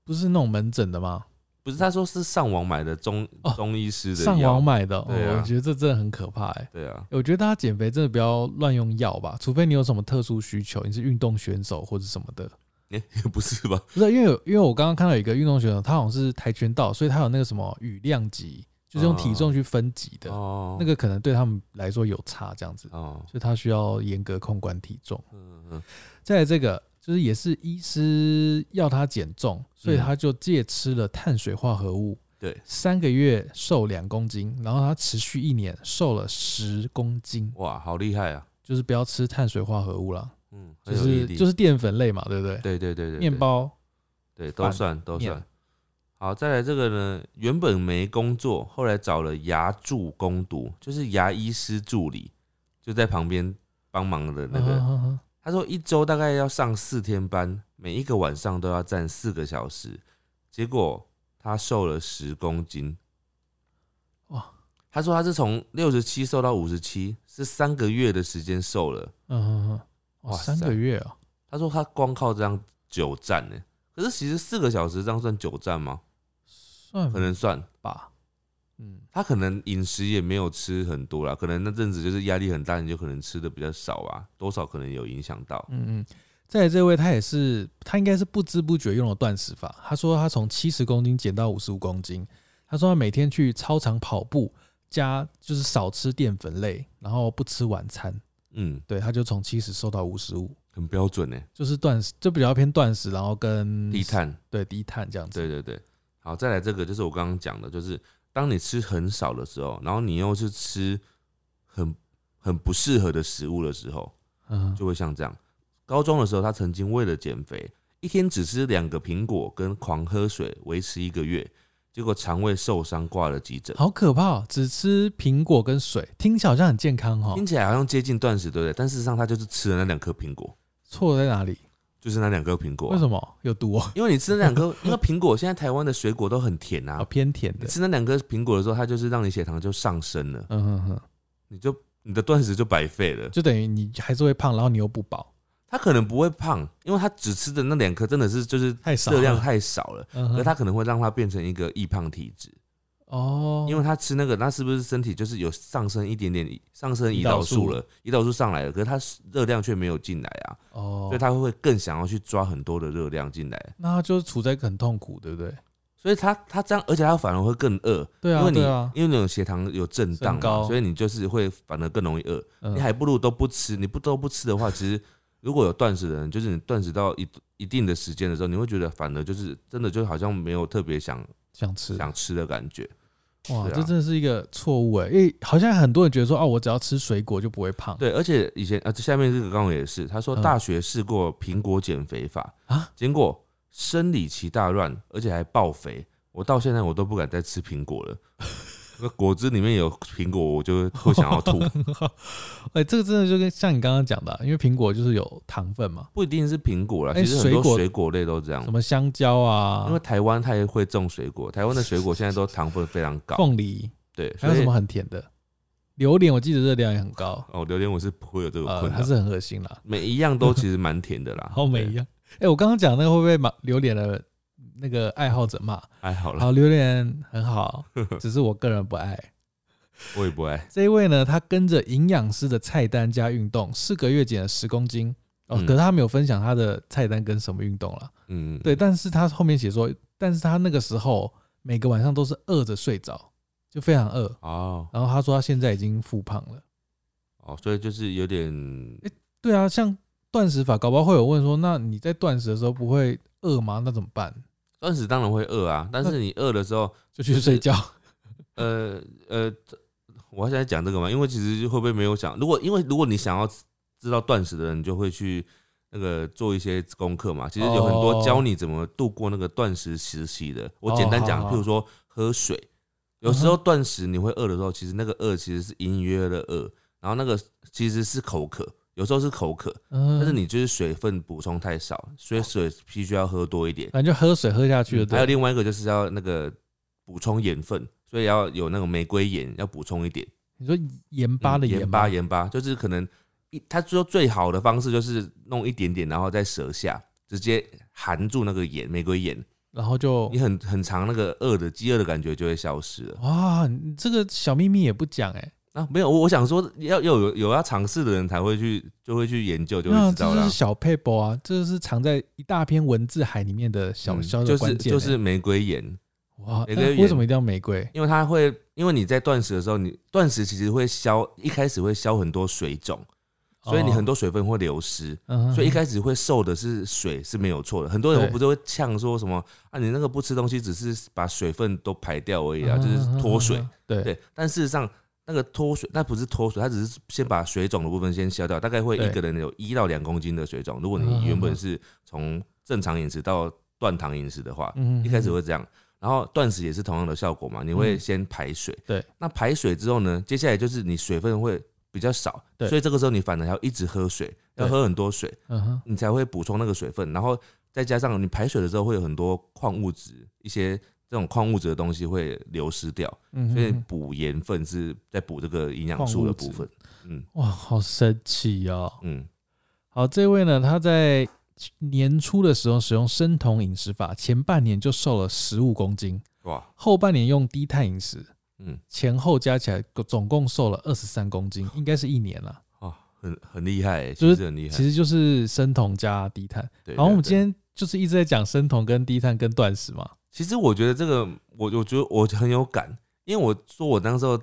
不是那种门诊的吗？不是，他说是上网买的中、哦中医师的药，上网买的，哦对啊我觉得这真的很可怕哎、对啊， 我觉得大家减肥真的不要乱用药吧，除非你有什么特殊需求，你是运动选手或者什么的。也、不是吧？不是，啊因为有因为我刚刚看到有一个运动选手，他好像是跆拳道，所以他有那个什么羽量级，就是用体重去分级的，啊哦，那个可能对他们来说有差这样子，哦，所以他需要严格控管体重。嗯嗯，再来这个就是也是医师要他减重，所以他就戒吃了碳水化合物。嗯对，三个月瘦两公斤，然后他持续一年瘦了十公斤，哇，好厉害啊！就是不要吃碳水化合物啦，嗯，很就有毅是力，就是淀粉类嘛，对不对？对对对对，对面包对都饭算都面算。好，再来这个呢，原本没工作，后来找了牙助攻读，就是牙医师助理，就在旁边帮忙的那个啊啊啊他说一周大概要上四天班，每一个晚上都要站四个小时，结果他瘦了十公斤。哇！他说他是从六十七瘦到五十七，是三个月的时间瘦了。嗯嗯嗯，哦，哇三塞个月哦，他说他光靠这样久站呢、可是其实四个小时这样算久站吗？算可能算，吧，嗯，他可能饮食也没有吃很多啦，可能那阵子就是压力很大，你就可能吃的比较少啊，多少可能有影响到。嗯嗯，再来这位他也是，他应该是不知不觉用了断食法。他说他从七十公斤减到五十五公斤。他说他每天去操场跑步，加就是少吃淀粉类，然后不吃晚餐。嗯，对，他就从七十瘦到五十五，很标准欸呢、就是断食，就比较偏断食，然后跟低，碳。对低碳这样子。对对对，好，再来这个就是我刚刚讲的，就是当你吃很少的时候，然后你又是吃很很不适合的食物的时候，嗯，就会像这样。高中的时候，他曾经为了减肥，一天只吃两个苹果跟狂喝水，维持一个月，结果肠胃受伤挂了急诊。好可怕、哦，只吃苹果跟水，听起来好像很健康哈、听哦。起来好像接近断食，对不对？但事实上，他就是吃了那两颗苹果，错在哪里？就是那两颗苹果啊、为什么有毒哦？因为你吃那两颗，因为苹果现在台湾的水果都很甜好啊。偏甜你的。吃那两颗苹果的时候，它就是让你血糖就上升了，嗯哼哼，你就你的断食就白费了。就等于你还是会胖，然后你又不饱，他可能不会胖，因为他只吃的那两颗真的是就是太少了热量太少了，嗯可哼他可能会让他变成一个易胖体质。哦，因为他吃那个，那是不是身体就是有上升一点点，上升胰胰岛岛素素了，胰岛素上来了，可是他热量却没有进来啊，哦，所以他会更想要去抓很多的热量进来，那他就处在一个很痛苦，对不对？所以他他这样，而且他反而会更饿，对因啊，为你对啊，因为那种血糖有震荡升高嘛，所以你就是会反而更容易饿，嗯你还不如都不吃，你不都不吃的话，其实如果有断食的人，就是你断食到一一定的时间的时候，你会觉得反而就是真的就好像没有特别想想吃，想吃的感觉，哇，吃啊这真的是一个错误哎，因为好像很多人觉得说，哦，我只要吃水果就不会胖，对，而且以前啊，这下面这个刚好也是，他说嗯大学试过苹果减肥法啊，结果生理期大乱，而且还爆肥，我到现在我都不敢再吃苹果 了。那果汁里面有苹果，我就会想要 吐，哎，这个真的就跟像你刚刚讲的啊，因为苹果就是有糖分嘛，不一定是苹果啦，哎其实很水多果水果类都这样什。么香蕉啊因为，台湾它也会种水果，台湾的水果现在都糖分非常 高，凤梨，对，还有所以什么很甜的，榴莲，我记得热量也很高，哦，榴莲我是不会有这个呃，困还扰，是很恶心啦，每一样都其实蛮甜的 啦，好美一对样。哎，我刚刚讲那个会不会把榴莲的那个爱好者骂？还好啦，好，榴莲很好， 只是我个人不爱。我也不爱，这一位呢，他跟着营养师的菜单加运动，四个月减了十公斤。哦，嗯可是他没有分享他的菜单跟什么运动了。嗯，对，但是他后面写说，但是他那个时候每个晚上都是饿着睡着，就非常饿。哦然后他说他现在已经复胖了。哦，所以就是有点对啊，像断食法，搞不好会有问说，那你在断食的时候不会饿吗？那怎么办？ 断食当然会饿啊，但是你饿的时候，就去睡觉。呃呃，这我还想讲这个嘛，因为其实会不会没有想，如果因为如果你想要知道断食的人，你就会去那个做一些功课嘛。其实有很哦多教你怎么度过那个断食时期的。我简单哦讲，好好譬如说喝水，有时候断食你会饿的时候，其实那个饿其实是隐隐约约的饿，然后那个其实是口渴，有时候是口渴，嗯， 但是你就是水分补充太少，所以水必须要喝多一点。反正就喝水喝下去了，嗯还对。有另外一个就是要那个补充盐分，所以要有那个玫瑰盐，要补充一点。你说盐巴的嗯盐盐吗巴，盐巴就是可能一，他说最好的方式就是弄一点点，然后在舌下直接含住那个盐，玫瑰盐，然后就你很很长那个饿的饥饿的感觉就会消失了。哇，你这个小秘密也不讲哎、啊，没有，我我想说要要有有要尝试的人才会去就会去研究，就那会知这道就啦是。小 paper 啊，这就是藏在一大篇文字海里面的小嗯小的就是关键欸、就是玫瑰盐，哇，玫那瑰为园什么一定要玫瑰？因为它会，因为你在断食的时候，你断食其实会消，一开始会消很多水肿，所以你哦很多水分会流失，嗯哼所以一开始会瘦的是水是没有错的。很多人对会不是会呛说什么啊，你那个不吃东西只是把水分都排掉而已啊，嗯就是哼脱水。，对对，但事实上那个脱水那不是脱水，它只是先把水肿的部分先消掉，大概会对一个人有一到两公斤的水肿。如果嗯哼你原本哼是从正常饮食到断糖饮食的话，嗯一开始会这样。然后断食也是同样的效果嘛，你会嗯先排水。对，那排水之后呢，接下来就是你水分会比较少，对所以这个时候你反而要一直喝水，要对喝很多水，嗯哼，你才会补充那个水分。然后再加上你排水的时候会有很多矿物质、一些这种矿物质的东西会流失掉，嗯所以哼，补盐分是在补这个营养素的部分。嗯哇，好神奇哦！嗯好，这位呢，他在年初的时候使用生酮饮食法，前半年就瘦了十五公斤，哇后半年用低碳饮食，嗯前后加起来总共瘦了二十三公斤，应该是一年了。哦，很很厉害、欸，就就是是很厉害。其实就是生酮加低碳。对，然后我们对今天就是一直在讲生酮跟低碳跟断食嘛。其实我觉得这个，我我觉得我很有感，因为我说我当时候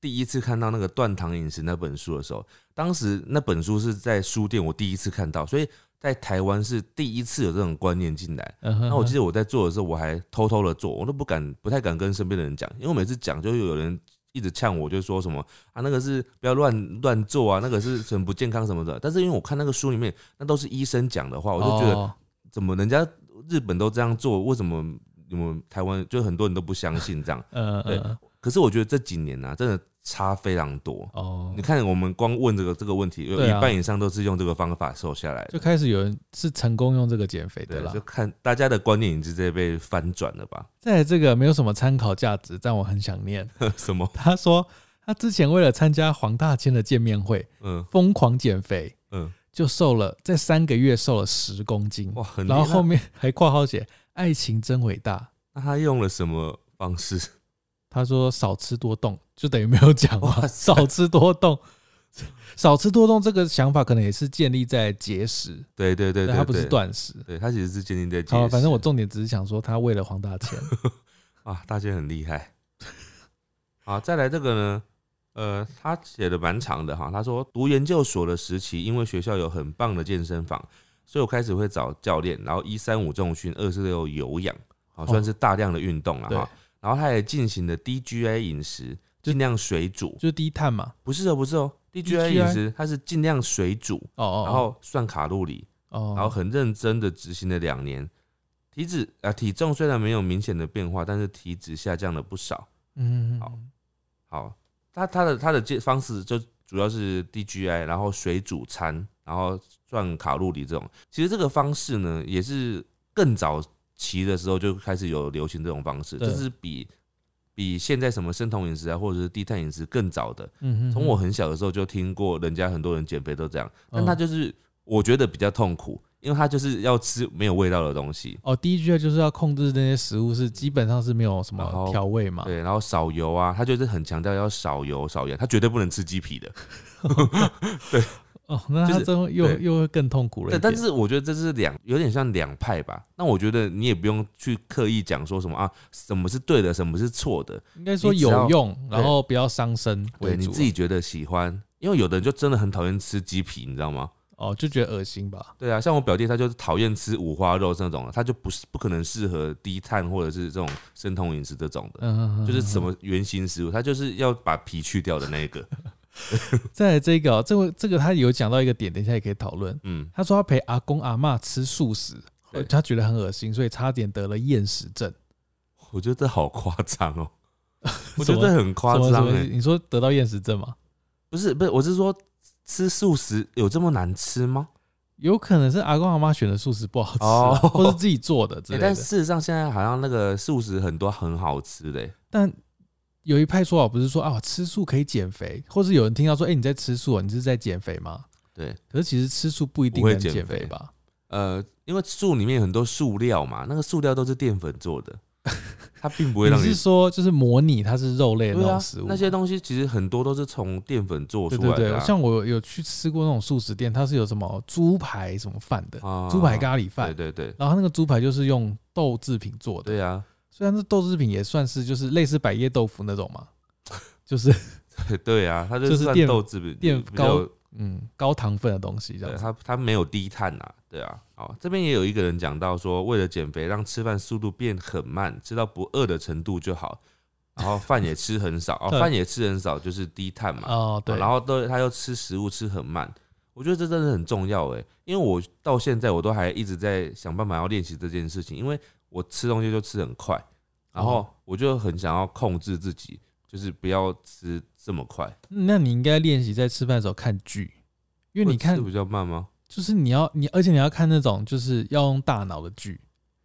第一次看到那个《断糖饮食》那本书的时候，当时那本书是在书店我第一次看到，所以在台湾是第一次有这种观念进来。嗯哼，那我记得得我在做的时候，我还偷偷的做，我都不敢，不太敢跟身边的人讲，因为我每次讲就有人一直呛我，就说什么啊那个是不要乱乱做啊，那个是很不健康什么的。但是因为我看那个书里面，那都是医生讲的话，我就觉得哦怎么人家日本都这样做，为什么你们台湾就很多人都不相信这样？嗯对嗯可是我觉得这几年啊，真的差非常多。哦你，看，我们光问这个这个问题，有对一啊半以上都是用这个方法瘦下来就的。开始有人是成功用这个减肥的对，啊啦就。看大家的观念已经直接被翻转了吧？ 再来这个没有什么参考价值，但我很想念。什么？他说他之前为了参加黄大千的见面会，嗯疯狂减肥，嗯，就瘦了，在三个月瘦了十公斤，哇，很厉然害。后后面还括号写“爱情真伟大那他用了什么方式？”。他说少吃多动，就等于没有讲嘛，哇塞少吃多动。少吃多动这个想法可能也是建立在节食，对对对但对，它不是对，断食。对他其实是建立在节好，反正我食重点只是想说，他为了黄大 千，啊，大姐很厉害。 好，再来这个呢，呃，他写的蛮长的哈。他说读研究所的时期，因为学校有很棒的健身房，所以我开始会找教练，然后一三五重训，二四六有氧，好哦算是大量的运动了对哈。然后他也进行了 DGI 饮食，就尽量水煮，就是低碳嘛。不是哦，不是哦，DGI 饮食它是尽量水煮，哦哦，然后算卡路里，哦，然后很认真的执行了两年，体脂啊、体重虽然没有明显的变化，但是体脂下降了不少。嗯，好好，他他的他的这方式就主要是 DGI，然后水煮餐，然后算卡路里这种。其实这个方式呢，也是更早期的时候就开始有流行这种方式，对就是比比现在什么生酮饮食啊，或者是低碳饮食更早的。嗯嗯，从我很小的时候就听过，人家很多人减肥都这样，但他嗯就是我觉得比较痛苦，因为他就是要吃没有味道的东西，哦，第一句就是要控制那些食物是基本上是没有什然么后调味嘛，对，然后少油啊，他就是很强调要少油少盐，他绝对不能吃鸡皮的。哦，那他就是真会又对又会更痛苦了对，一点。但是我觉得这是两有点像两派吧。那我觉得你也不用去刻意讲说什么啊，什么是对的，什么是错的，应该说你只要有用，然后不要伤身为对主你自己觉得喜欢，因为有的人就真的很讨厌吃鸡皮，你知道吗？哦，就觉得恶心吧。对啊，像我表弟他就是讨厌吃五花肉那种，他就不是不可能适合低碳或者是这种生酮饮食这种的。嗯，就是什么？么圆形食物，它就是要把皮去掉的那一个。再来这个哦，这个这个他有讲到一个点，等一下也可以讨论。嗯，他说他陪阿公阿妈吃素食对，他觉得很恶心，所以差点得了厌食症。我觉得这好夸张哦，我什觉么得这很夸什么什张么哎。你说得到厌食症吗？不是不是，我是说吃素食有这么难吃吗？有可能是阿公阿妈选的素食不好吃啊，哦或是自己做的之欸类的。但事实上现在好像那个素食很多很好吃的欸，但有一派说法不是说啊，吃素可以减肥，或是有人听到说，哎、你在吃素哦，你是在减肥吗？对。可是其实吃素不一定不会能减减肥肥吧？呃，因为素里面有很多塑料嘛，那个塑料都是淀粉做的，它并不 会你让是你。说就是模拟它是肉类的对那啊种食物，吗、那些东西其实很多都是从淀粉做对出对来对，的啊。像我有去吃过那种素食店，它是有什么猪排什么饭的，啊猪排咖喱饭对，对对然后它那个猪排就是用豆制品做的，对啊， 虽然这豆制品也算是就是类似百叶豆腐那种 嘛，就是对啊，它就就是算淀豆制品淀比较高嗯高糖分的东西这对样子。他他没有低碳啊，对啊。好，这边也有一个人讲到说，为了减肥，让吃饭速度变很慢，吃到不饿的程度就好。然后饭也吃很少，哦，对饭也吃很少，就是低碳嘛。哦，对，啊然后都他又吃食物吃很慢，我觉得这真的很重要诶，因为我到现在我都还一直在想办法要练习这件事情，因为我吃东西就吃很快，然后哦我就很想要控制自己，就是不要吃这么快。那你应该练习在吃饭的时候看剧，因为你会看吃比较慢吗？就是你要你，而且你要看那种就是要用大脑的剧，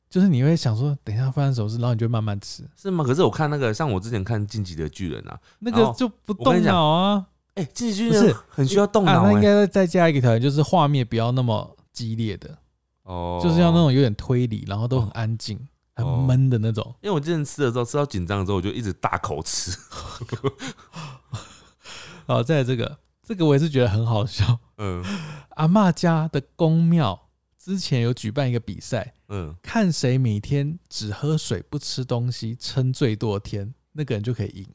就是你会想说，等一下发生什么事，然后你就慢慢吃，是吗？可是我看那个，像我之前看《进击的巨人》啊，那然个后就不我跟动你讲脑啊。哎、进击巨不人是》很需要动啊，脑、那欸应该再加一个条件，就是画面不要那么激烈的，哦，就是要那种有点推理，然后都很安静、很哦闷的那种。因为我之前吃的时候吃到紧张的时候，我就一直大 口吃。好，再来哦这个，这个我也是觉得很好笑。嗯阿嬷家的公庙之前有举办一个比赛，嗯，看谁每天只喝水不吃东西，撑最多天，那个人就可以赢。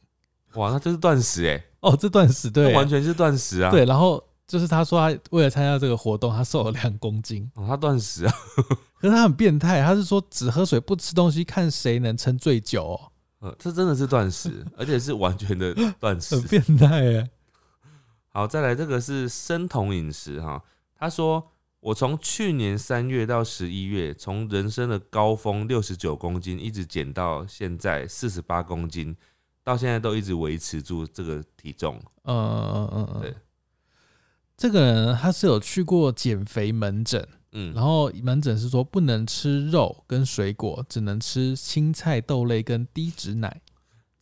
哇，那就是断食哎、哦，这段时对那完全是断食啊。对，然后就是他说他为了参加这个活动，他瘦了两公斤，哦，他断食啊，可是他很变态，他是说只喝水不吃东西，看谁能撑最久、哦，呃这真的是断食， 而且是完全的断食很。变态耶。好，再来这个是生酮饮食哈。他说，我从去年三月到十一月，从人生的高峰六十九公斤，一直减到现在四十八公斤，到现在都一直维持住这个体重。嗯嗯嗯嗯，对这个人他是有去过减肥门诊，嗯，然后门诊是说不能吃肉跟水果，只能吃青菜、豆类跟低脂奶，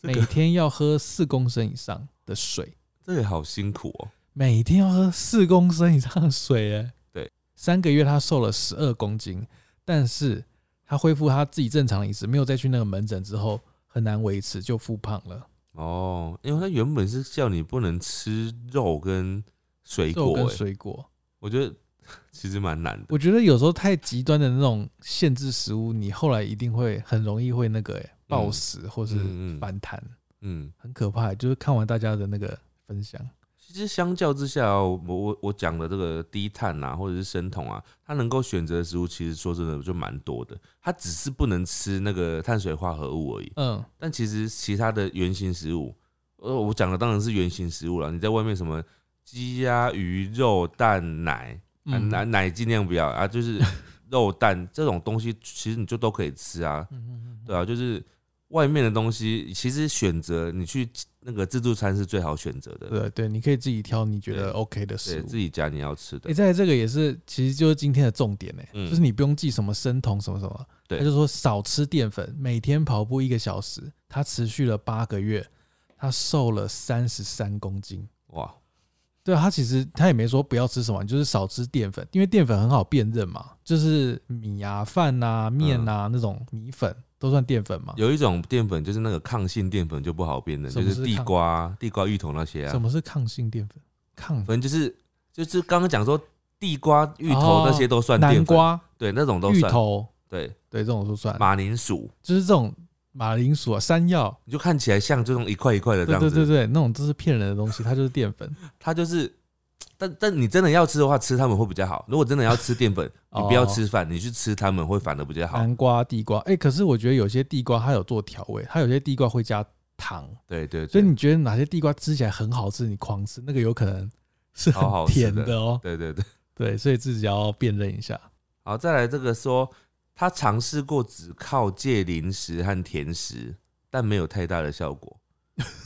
这每个天要喝四公升以上的水，这个好辛苦哦、每天要喝四公升以上的水耶。对，三个月他瘦了十二公斤，但是他恢复他自己正常的饮食，没有再去那个门诊之后很难维持，就复胖了。哦，因为他原本是叫你不能吃肉跟水肉果、跟欸，水果，我觉得 其实蛮难的。我觉得有时候太极端的那种限制食物，你后来一定会很容易会那个耶暴食或是嗯嗯反弹，嗯，很可怕。欸就是看完大家的那个分享，其实相较之下哦，我我我讲的这个低碳啊，或者是生酮啊，它能够选择的食物，其实说真的就蛮多的。它只是不能吃那个碳水化合物而已，嗯，但其实其他的原型食物，呃，我讲的当然是原型食物了。你在外面什么鸡呀、鱼、肉、蛋、奶，啊嗯奶奶尽量不要啊，就是 肉蛋这种东西，其实你就都可以吃啊，嗯对啊，就是外面的东西，其实选择你去那个自助餐是最好选择的，对啊对，你可以自己挑你觉得对 OK 的食对物自。己家你要吃哎、的，再来这个也是，其实就是今天的重点呢、欸嗯就是你不用记什么生酮什么什么，对他就说少吃淀粉，每天跑步一个小时，他持续了八个月，他瘦了三十三公斤。哇，对啊，他其实他也没说不要吃什么，你就是少吃淀粉，因为淀粉很好辨认嘛，就是米啊、饭啊、面啊、那种米粉都算淀粉嘛。嗯有一种淀粉就是那个抗性淀粉就不好辨认，什就么是是地抗瓜啊、地瓜、芋头那些啊什，么是抗性淀粉？抗反正就是就是刚刚讲说地瓜、芋头那些都算淀哦南粉，瓜、对，那种都芋算，头，对，对这种都算，马铃薯。就是这种马铃薯啊、山药，你就看起来像这种一块一块的这对样子，对对对，那种都是骗人的东西，它就是淀粉。它就是，但但你真的要吃的话，吃它们会比较好。如果真的要吃淀 粉，你哦不要吃饭，你去吃它们会反而比较好。南瓜、地瓜，哎、可是我觉得有些地瓜它有做调味，它有些地瓜会加糖，对对所以对你觉得哪些地瓜吃起来很好吃，你狂吃，那个有可能是好好很吃甜的的哦。对对对。对，所以自己要辨认一下。好，再来这个说，他尝试过只靠戒零食和甜食，但没有太大的效果。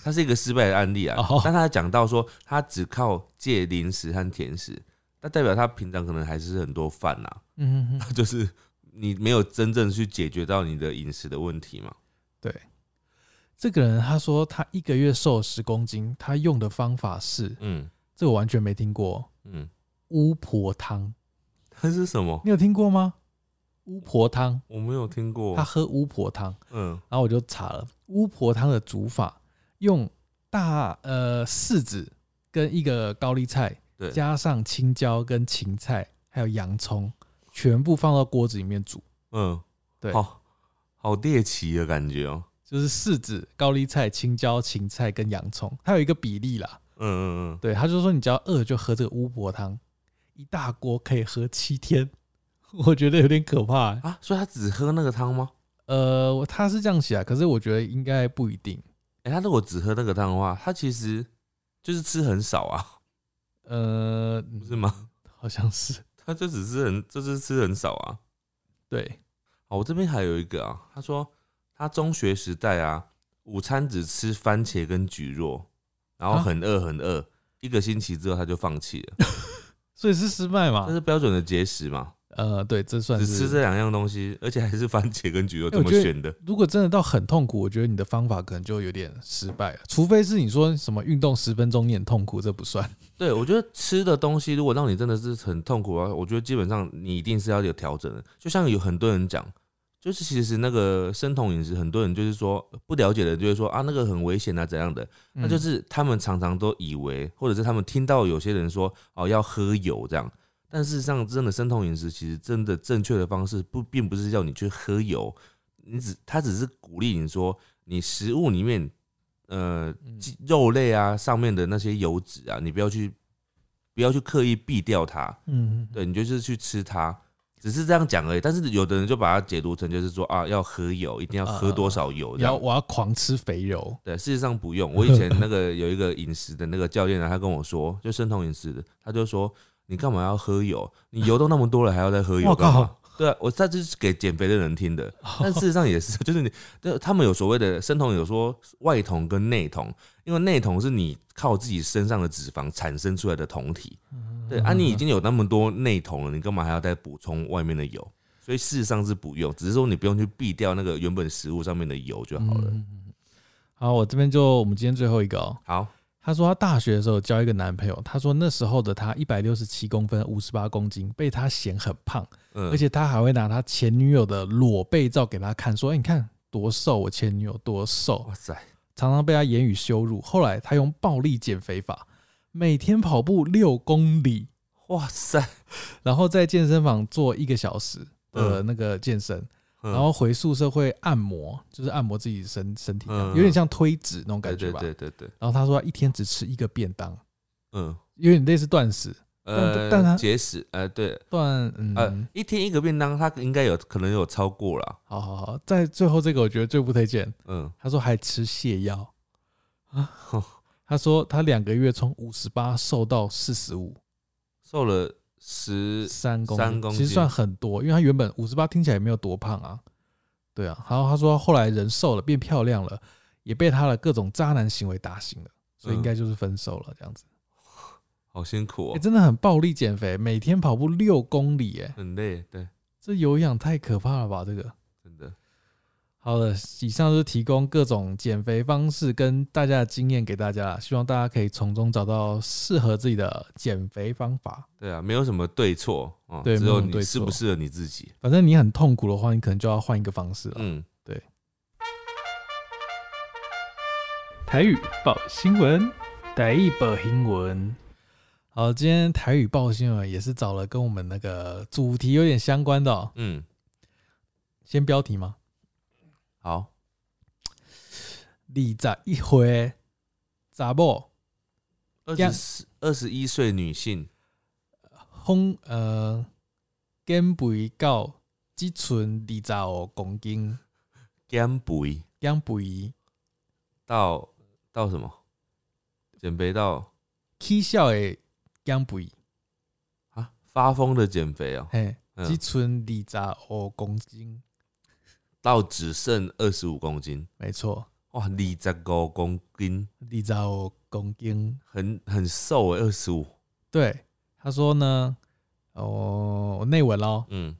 它是一个失败的案例啊哦。但他讲到说，他只靠戒零食和甜食，那代表他平常可能还是很多饭呐、嗯， 就是你没有真正去解决到你的饮食的问题嘛。这个人他说他一个月瘦十公斤，他用的方法是，嗯这我完全没听过 嗯，巫婆汤，它是什么？你有听过吗？巫婆汤，我没有听过他。喝巫婆汤，嗯然后我就查了巫婆汤的煮法，用大呃柿子跟一个高丽菜对，加上青椒跟芹菜还有洋葱，全部放到锅子里面煮，嗯，对好好猎奇的感觉哦、就是柿子、高丽菜、青椒、芹菜跟洋葱，它有一个比例啦。嗯嗯对，他就说你只要饿就喝这个巫婆汤，一大锅可以喝七天， 我觉得有点可怕欸、嗯啊，所以他只喝那个汤吗？呃，我他是这样写啊，可是我觉得应该不一定。哎、他如果只喝那个汤的话，他其实就是吃很少啊，呃，不是吗？好像是他就只是很，就是吃很少啊。对，好，我这边还有一个啊，他说他中学时代啊，午餐只吃番茄跟蒟蒻，然后啊很饿很饿，一个星期之后他就放弃了，所以是失败嘛这？是标准的节食嘛？呃，对，这啊算只是吃这两样东西，而且还是番茄跟橘肉哎怎我么觉得选的？如果真的到很痛苦，我觉得你的方法可能就有点失败了。除非是你说什么运动十分钟你很痛苦，这不算。对，我觉得吃的东西如果让你真的是很痛苦啊，我觉得基本上你一定是要有调整的。就像有很多人讲，就是其实那个生酮饮食，很多人就是说不了解的人就会说啊，那个很危险啊怎样的， 那就嗯是他们常常都以为，或者是他们听到有些人说哦要喝油这样，但事实上真的生酮饮食其实真的正确的方式不并不是叫你去喝油，你只他只是鼓励你说你食物里面呃嗯鸡肉类啊上面的那些油脂啊，你不要去不要去刻意避掉它，嗯，对你就是去吃它。只是这样讲而已，但是有的人就把它解读成就是说啊，要喝油，一定要喝多少油这然样。后我啊要狂吃肥肉，对，事实上不用。我以前那个有一个饮食的那个教练呢，啊他跟我说，就生酮饮食的，他就说你干嘛要喝油？你油都那么多了，还要再喝油我干嘛靠？对啊，我他就是给减肥的人 听的，但事实上也是，就是你，对他们有所谓的生酮，有说外酮跟内酮，因为内酮是你靠自己身上的脂肪产生出来的酮体，嗯对啊，你 已经有那么多内酮了，你干嘛还要再补充外面的油？所以事实上是不用，只是说你不用去避掉那个原本食物上面的油就好了。嗯嗯嗯好，我这边就我们今天最后一个哦。好，她说她大学的时候交一个男朋友，她说那时候的她一百六十七公分，五十八公斤，被他嫌很胖，嗯，而且他还会拿他前女友的裸背照给他看，说：“哎、你看多瘦，我前女友多瘦哇。塞，”常常被他言语羞辱。后来他用暴力减肥法，每天跑步六公里，哇塞，然后在健身房做一个小时的嗯那个健身，嗯然后回宿舍会按摩，就是按摩自己身身体这样，嗯有点像推脂那种感觉对吧。对对对对，然后他说他一天只吃一个便当，嗯，有点类似断食，呃，但它节食，呃，对，断嗯，呃，一天一个便当，它应该有可能有超过了，好好好，在最后这个我觉得最不推荐。嗯，他说还吃泻 药啊，他说他两个月从五十八瘦到四十五，瘦了十，三公三公其实斤算很多，因为他原本五十八听起来也没有多胖啊。对啊，然后他说后来人瘦了，变漂亮了，也被他的各种渣男行为打醒了，嗯所以应该就是分手了这样子。好辛苦哎、哦，真的很暴力减肥，每天跑步六公里，哎，很累，对，这有氧太可怕了吧？这个。真的，好的，以上就是提供各种减肥方式跟大家的经验给大家啦，希望大家可以从中找到适合自己的减肥方法。对啊，没有什么对错啊，对只没有有什么你对适不错适合你自己，反正你很痛苦的话，你可能就要换一个方式了。嗯，台语报新闻，台语报新闻。好，今天台语报新闻也是找了跟我们那个主题有点相关的、哦，嗯，先标题吗？好，李在一回，查某二这样十四二十一岁女性，烘呃减肥到只剩二十五公斤，减肥减肥到到什么？减肥到起效的减肥，啊，发疯的减肥哦，嘿，只嗯，剩二十五公斤，到只剩二十五公斤，没错，哇，二十五公斤。二十五公斤。很很瘦诶、欸，二十五，对，他说呢，哦，内文咯，嗯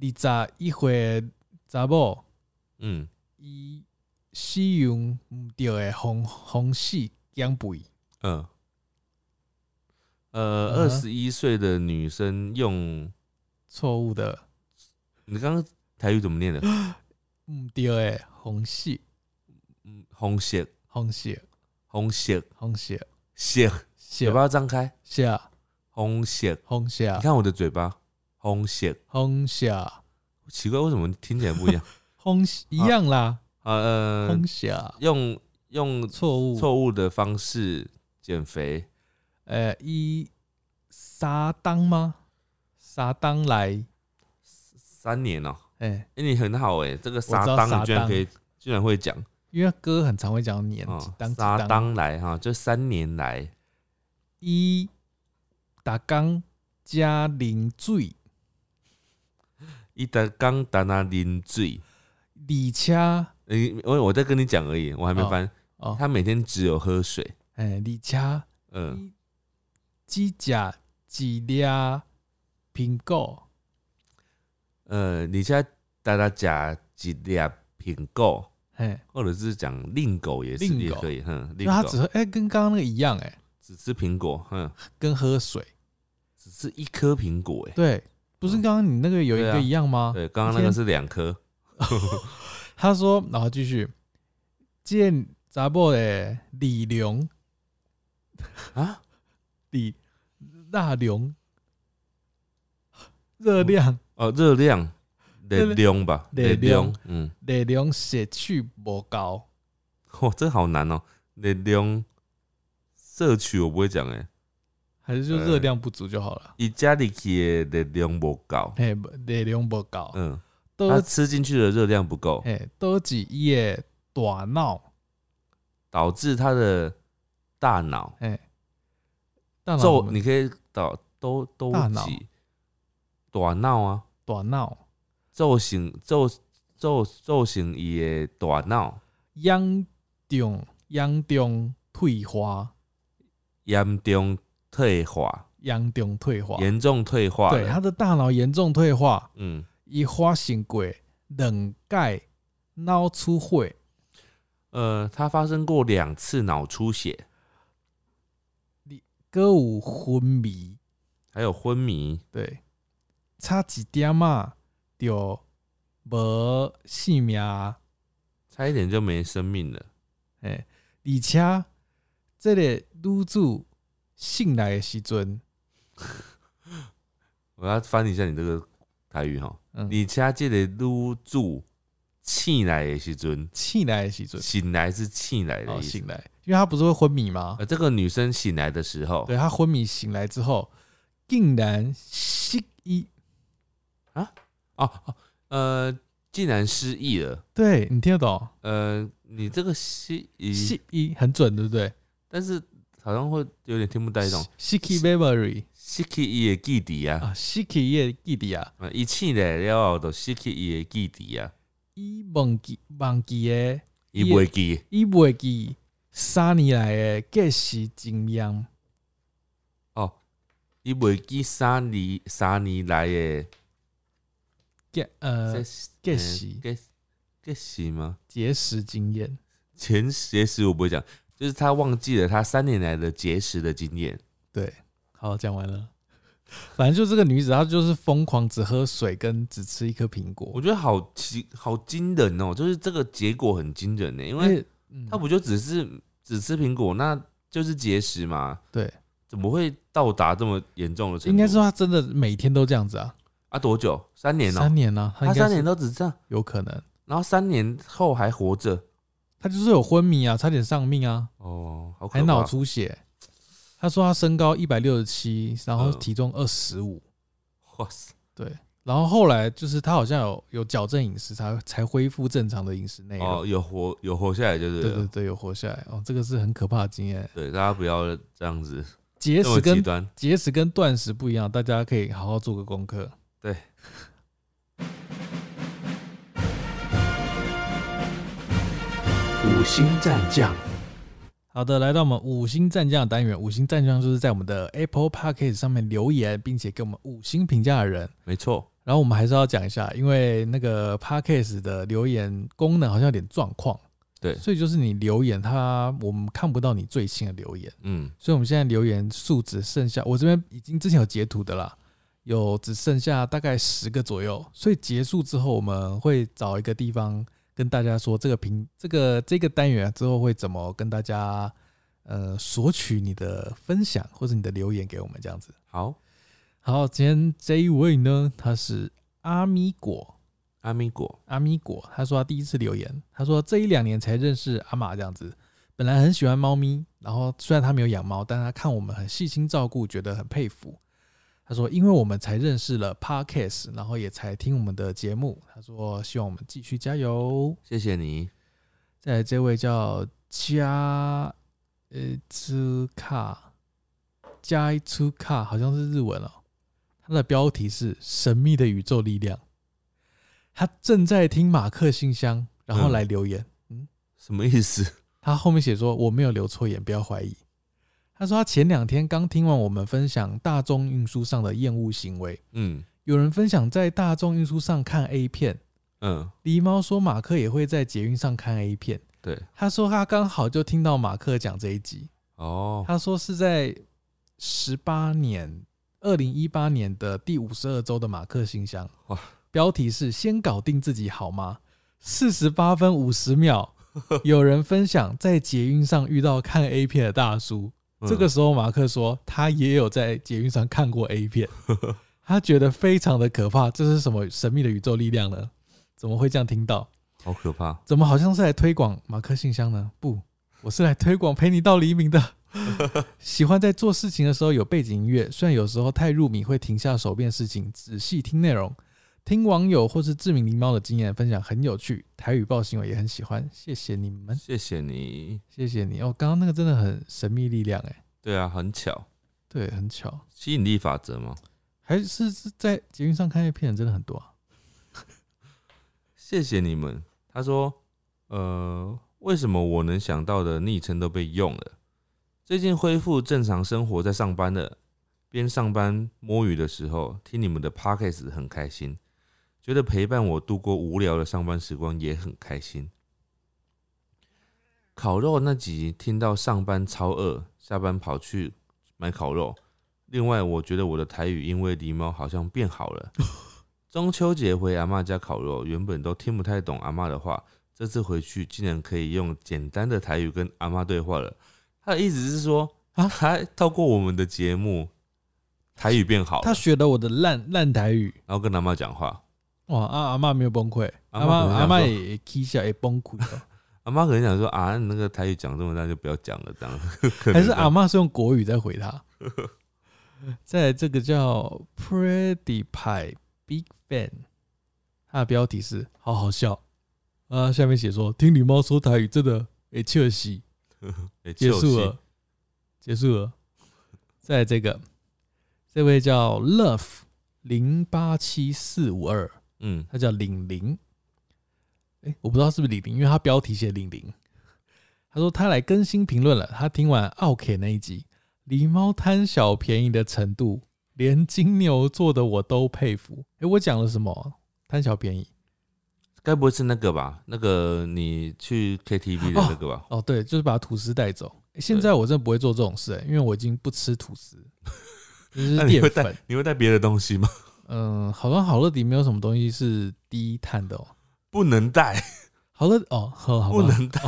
二十一岁查某嗯，伊使用毋对的方方式减肥，嗯，嗯呃，二哼十一岁的女生用错误的你刚刚台语怎么念的？毋对的方式嗯，红血方式红血方式血，是嘴巴张开，是啊，红血，方式你看我的嘴巴，红血，方式奇怪，为什么听起来不一样？ 方式一样啦，啊呃方，式用用错误错误的方式减肥，呃，伊撒当吗？撒当来，三年哦、哎、哎、你很好哎、这个知道撒当撒你居然当可以，居然会讲因为哥很常会讲年啊几当，几撒当当来哈、就三年来。伊逐工加啉水，伊达刚达那啉水，而且诶，我我在跟你讲而已，我还没翻。哦，他每天只有喝水，哎，而且嗯，伊只食一粒苹果，呃，你现在大家夹几粒苹果，哎，或者是讲令狗也是令也狗可以，哼，令那他狗只喝，哎、跟刚刚那个一样、哎，只吃苹果，哼，跟喝水。只吃一颗苹果、欸，对，不是刚刚你那个有一个对啊哦一样吗？对，刚刚那个是两颗，他说，然后继续见查某的李龙啊，李大龙热量哦，热量热热量吧，热热量量，嗯，李龙摄取不高，哇，这好难哦，热量摄取我不会讲哎诶，还是就热量不足就好了。伊家里去的热量不高，哎、热量不高，嗯，多他吃进去的热量不够，哎多几页大脑，导致他的大脑哎，大脑皱怎，么你可以导都都大脑挤大脑啊，大脑皱形皱皱皱形伊的大脑严重严重退化，严重退化，严重退化，严重退化对了，他的大脑严重退化，嗯，一花醒鬼冷盖脑出血，呃，他发生过两次脑出血，歌舞昏迷，还有昏迷，对，差几点嘛就无性命啊，差一点就没生命了。哎、而且这个女主醒来的时阵，我要翻一下你这个台语哈，嗯，你家这个女主醒来的时阵，醒来的时阵，醒来是醒来的哦，意思醒。来，因为她不是会昏迷吗？呃，这个女生醒来的时候，对，她昏迷醒来之后，竟然失忆，哦哦，呃，竟然失忆了。对你听得懂？呃，你这个失忆，失忆很准，对不对？但是好像会有点听不太懂。 Shiki memory 失去伊的记忆啊，啊，Shiki 也记得啊，呃伊醒来了后就失去伊的记忆啊，伊忘记忘记的，伊袂记，伊忘记三年来的计时经验，伊袂记三年三年来的计呃这是计呃时计计时吗？节食经验，前节食我不会讲，就是他忘记了他三年来的节食的经验。对，好，讲完了。反正就这个女子，她就是疯狂只喝水跟只吃一颗苹我果，觉得好奇好惊人哦，就是这个结果很惊人呢，因因为为嗯他不就只是只吃苹果，那就是节食嘛？对，怎么会到达这么严重的程度？应该说她真的每天都这样子啊，啊，多久？三年哦、三年呢、啊，她他应该三是年都只这样，有可能，然后三年后还活着，她就是有昏迷啊，差点丧命啊，哦，好可怕，还脑出血。他说他身高一百六十七，然后嗯体重二十五，哇塞，然后后来就是他好像有有矫正饮食才才恢复正常的饮食内容。哦，有活有活下来就是对对对，有活下来哦，这个是很可怕的经验。对，大家不要这样子节这么食极跟端。节食跟断食不一样，大家可以好好做个功课。对。五星战将，好的，来到我们五星战将的单元，五星战将就是在我们的 Apple Podcast 上面留言，并且给我们五星评价的人。没错，然后我们还是要讲一下，因为那个 podcast 的留言功能好像有点状况，对所以就是你留言它我们看不到你最新的留言，嗯，所以我们现在留言数只剩下我这边已经之前有截图的啦，有只剩下大概十个左右，所以结束之后我们会找一个地方跟大家说这个评这个这个单元之后会怎么跟大家呃索取你的分享或者你的留言给我们这样子。好，好，今天这一位呢，他是阿咪果，阿米果，阿咪果，他说他第一次留言，他说这一两年才认识阿玛这样子，本来很喜欢猫咪，然后虽然他没有养猫，但他看我们很细心照顾，觉得很佩服。他说，因为我们才认识了 Podcast，然后也才听我们的节目，他说希望我们继续加油。谢谢你，再来这位叫加呃兹卡加伊兹卡，好像是日文哦。它的标题是《神秘的宇宙力量》。他正在听马克信箱，然后嗯来留言。什么意思？他后面写说我没有留错言，不要怀疑。他说他前两天刚听完我们分享大众运输上的厌恶行为，嗯，有人分享在大众运输上看 A 片，嗯，狸猫说马克也会在捷运上看 A 片。对，他说他刚好就听到马克讲这一集，哦，他说是在十八年，二零一八年的第五十二周的马克信箱哇，标题是“先搞定自己好吗”，四十八分五十秒，有人分享在捷运上遇到看 A 片的大叔，嗯这个时候马克说他也有在捷运上看过 A 片，他觉得非常的可怕，这是什么神秘的宇宙力量呢？怎么会这样听到？好可怕，怎么好像是来推广马克信箱呢？不，我是来推广陪你到黎明 的。喜欢在做事情的时候有背景音乐，虽然有时候太入迷会停下手边的事情，仔细听内容。听网友或是志明狸猫的经验分享很有趣，台语报新闻也很喜欢，谢谢你们，谢谢你。谢谢你哦。刚刚那个真的很神秘力量哎、对啊，很巧，对，很巧，吸引力法则嘛。还是是在捷运上看 A 片的真的很多啊。谢谢你们。他说，呃，为什么我能想到的昵称都被用了？最近恢复正常生活，在上班了，边上班摸鱼的时候，听你们的 podcast 很开心，觉得陪伴我度过无聊的上班时光也很开心。烤肉那集听到上班超饿，下班跑去买烤肉。另外，我觉得我的台语因为狸猫好像变好了。中秋节回阿嬷家烤肉，原本都听不太懂阿嬷的话，这次回去竟然可以用简单的台语跟阿嬷对话了。他的意思是说，啊还透过我们的节目，台语变好啊了他学了我的烂烂台语，然后跟阿嬷讲话。哇，啊、阿妈没有崩溃，阿阿嬷妈可能想阿妈说也也踢下也崩溃了。阿妈可能想说啊，你那个台语讲这么大就不要讲了，这样可能还是这样阿妈是用国语在回他。再来这个叫 Pretty Pie Big Fan，它的标题是“好好笑”，啊，下面写说听狸猫说台语真的诶切死，诶结束气哎有气了，结束了。再来这个，这位叫 Love 零八七四五二，嗯，他叫玲玲。哎、我不知道是不是李玲，因为他标题写玲玲。他说他来更新评论了，他听完奥 K 那一集，狸猫贪小便宜的程度，连金牛座的我都佩服。哎、我讲了什么啊？贪小便宜该不会是那个吧？那个你去 KTV 的那个吧？哦，对，就是把吐司带走。诶现在我真的不会做这种事、诶因为我已经不吃吐司， 就是那你淀会带粉。你会带别的东西吗？嗯，好像好乐迪没有什么东西是低碳的哦。 不能带，好乐哦，好好不吧。哦能带。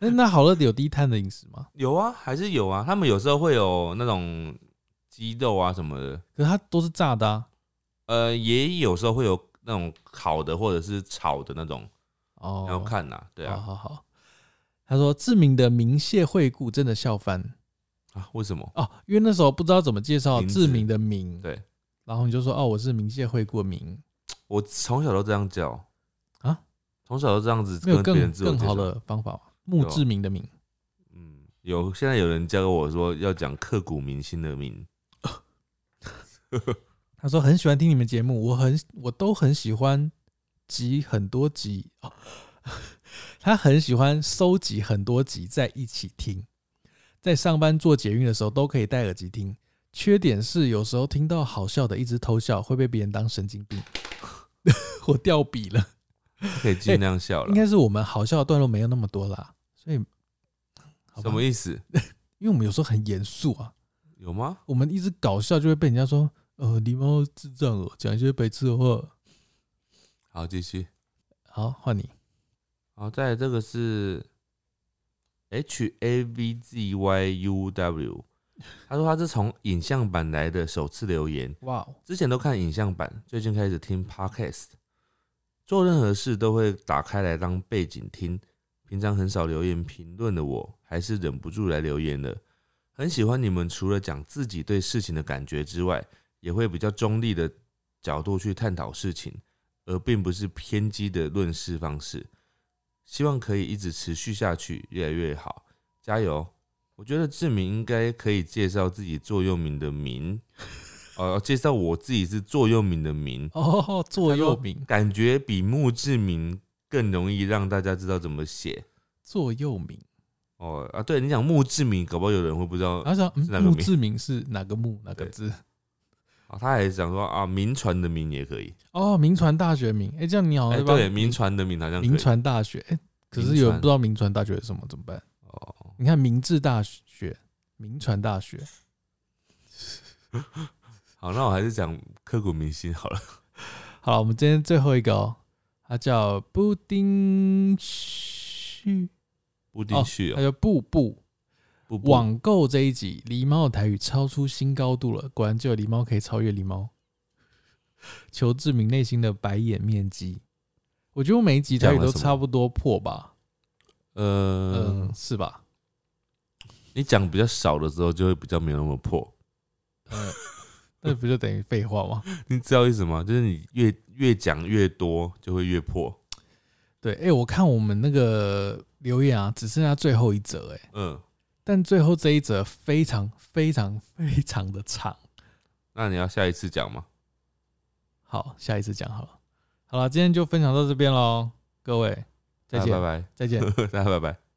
那那好乐迪有低碳的饮食吗？ 有啊，还是有啊。他们有时候会有那种鸡肉啊什么的，可是它都是炸的啊。呃，也有时候会有那种烤的或者是炒的那种，哦，要看呐、对好啊，好好。他说志明的明谢惠顾真的笑翻啊，为什么？哦，因为那时候不知道怎么介绍名字志明的明，对然后你就说哦，我是明谢惠顾的明，我从小都这样叫啊，从小都这样子没有跟更别人自我更介绍好。的方法吗？墓有啊志明的明，嗯，有现在有人教我说要讲刻骨铭心的名，他说很喜欢听你们节目，我很我都很喜欢集很多集 哦，他很喜欢收集很多集在一起听，在上班做捷运的时候都可以戴耳机听。缺点是有时候听到好笑的一直偷笑，会被别人当神经病。 我掉笔了，可以尽量笑了应。该是我们好笑的段落没有那么多啦，所以好吧什么意思？因为我们有时候很严肃啊，有吗？我们一直搞笑就会被人家说呃狸猫智障哦，讲一些白痴的话。好，继续。好，换你。好，哦再来这个是 H A V Z Y U W，他说他是从影像版来的首次留言，哇哦，之前都看影像版，最近开始听 podcast，做任何事都会打开来当背景听。平常很少留言评论的我，还是忍不住来留言了。很喜欢你们，除了讲自己对事情的感觉之外，也会比较中立的角度去探讨事情，而并不是偏激的论事方式。希望可以一直持续下去，越来越好，加油！我觉得志明应该可以介绍自己座右铭的名，呃，介绍我自己是座右铭的名，哦，座右铭，感觉比墓志铭更容易让大家知道怎么写。座右铭。哦啊，对你呃啊讲墓志铭，搞不好有人会不知道然后想，嗯是哪，墓个铭志铭是哪个墓哪个字？啊，他还讲说啊，民传的民也可以，哦，民传大学名，哎、这样你好哎、像对，民传的民好像可以名传大学，哎、可是民有传人不知道名传大学是什么，怎么办？哦，你看明治大学、名传大学，好，那我还是讲刻骨铭心好了。好了，我们今天最后一个哦，它叫布丁旭，布丁旭它哦，叫布布。布布网购这一集，狸猫的台语超出新高度了，果然只有狸猫可以超越狸猫。求志明内心的白眼面积，我觉得我每一集台语讲了都什么差不多破吧，呃，嗯，是吧？你讲比较少的时候，就会比较没有那么破， 嗯， 那不就等于废话吗？你知道意思吗？就是你越越讲越多，就会越破。对，哎、我看我们那个留言啊，只剩下最后一则，哎，嗯，但最后这一则非常非常非常的长。那你要下一次讲吗？好，下一次讲好了。好了，今天就分享到这边喽，各位，再大家见，拜再见。拜，大家拜拜。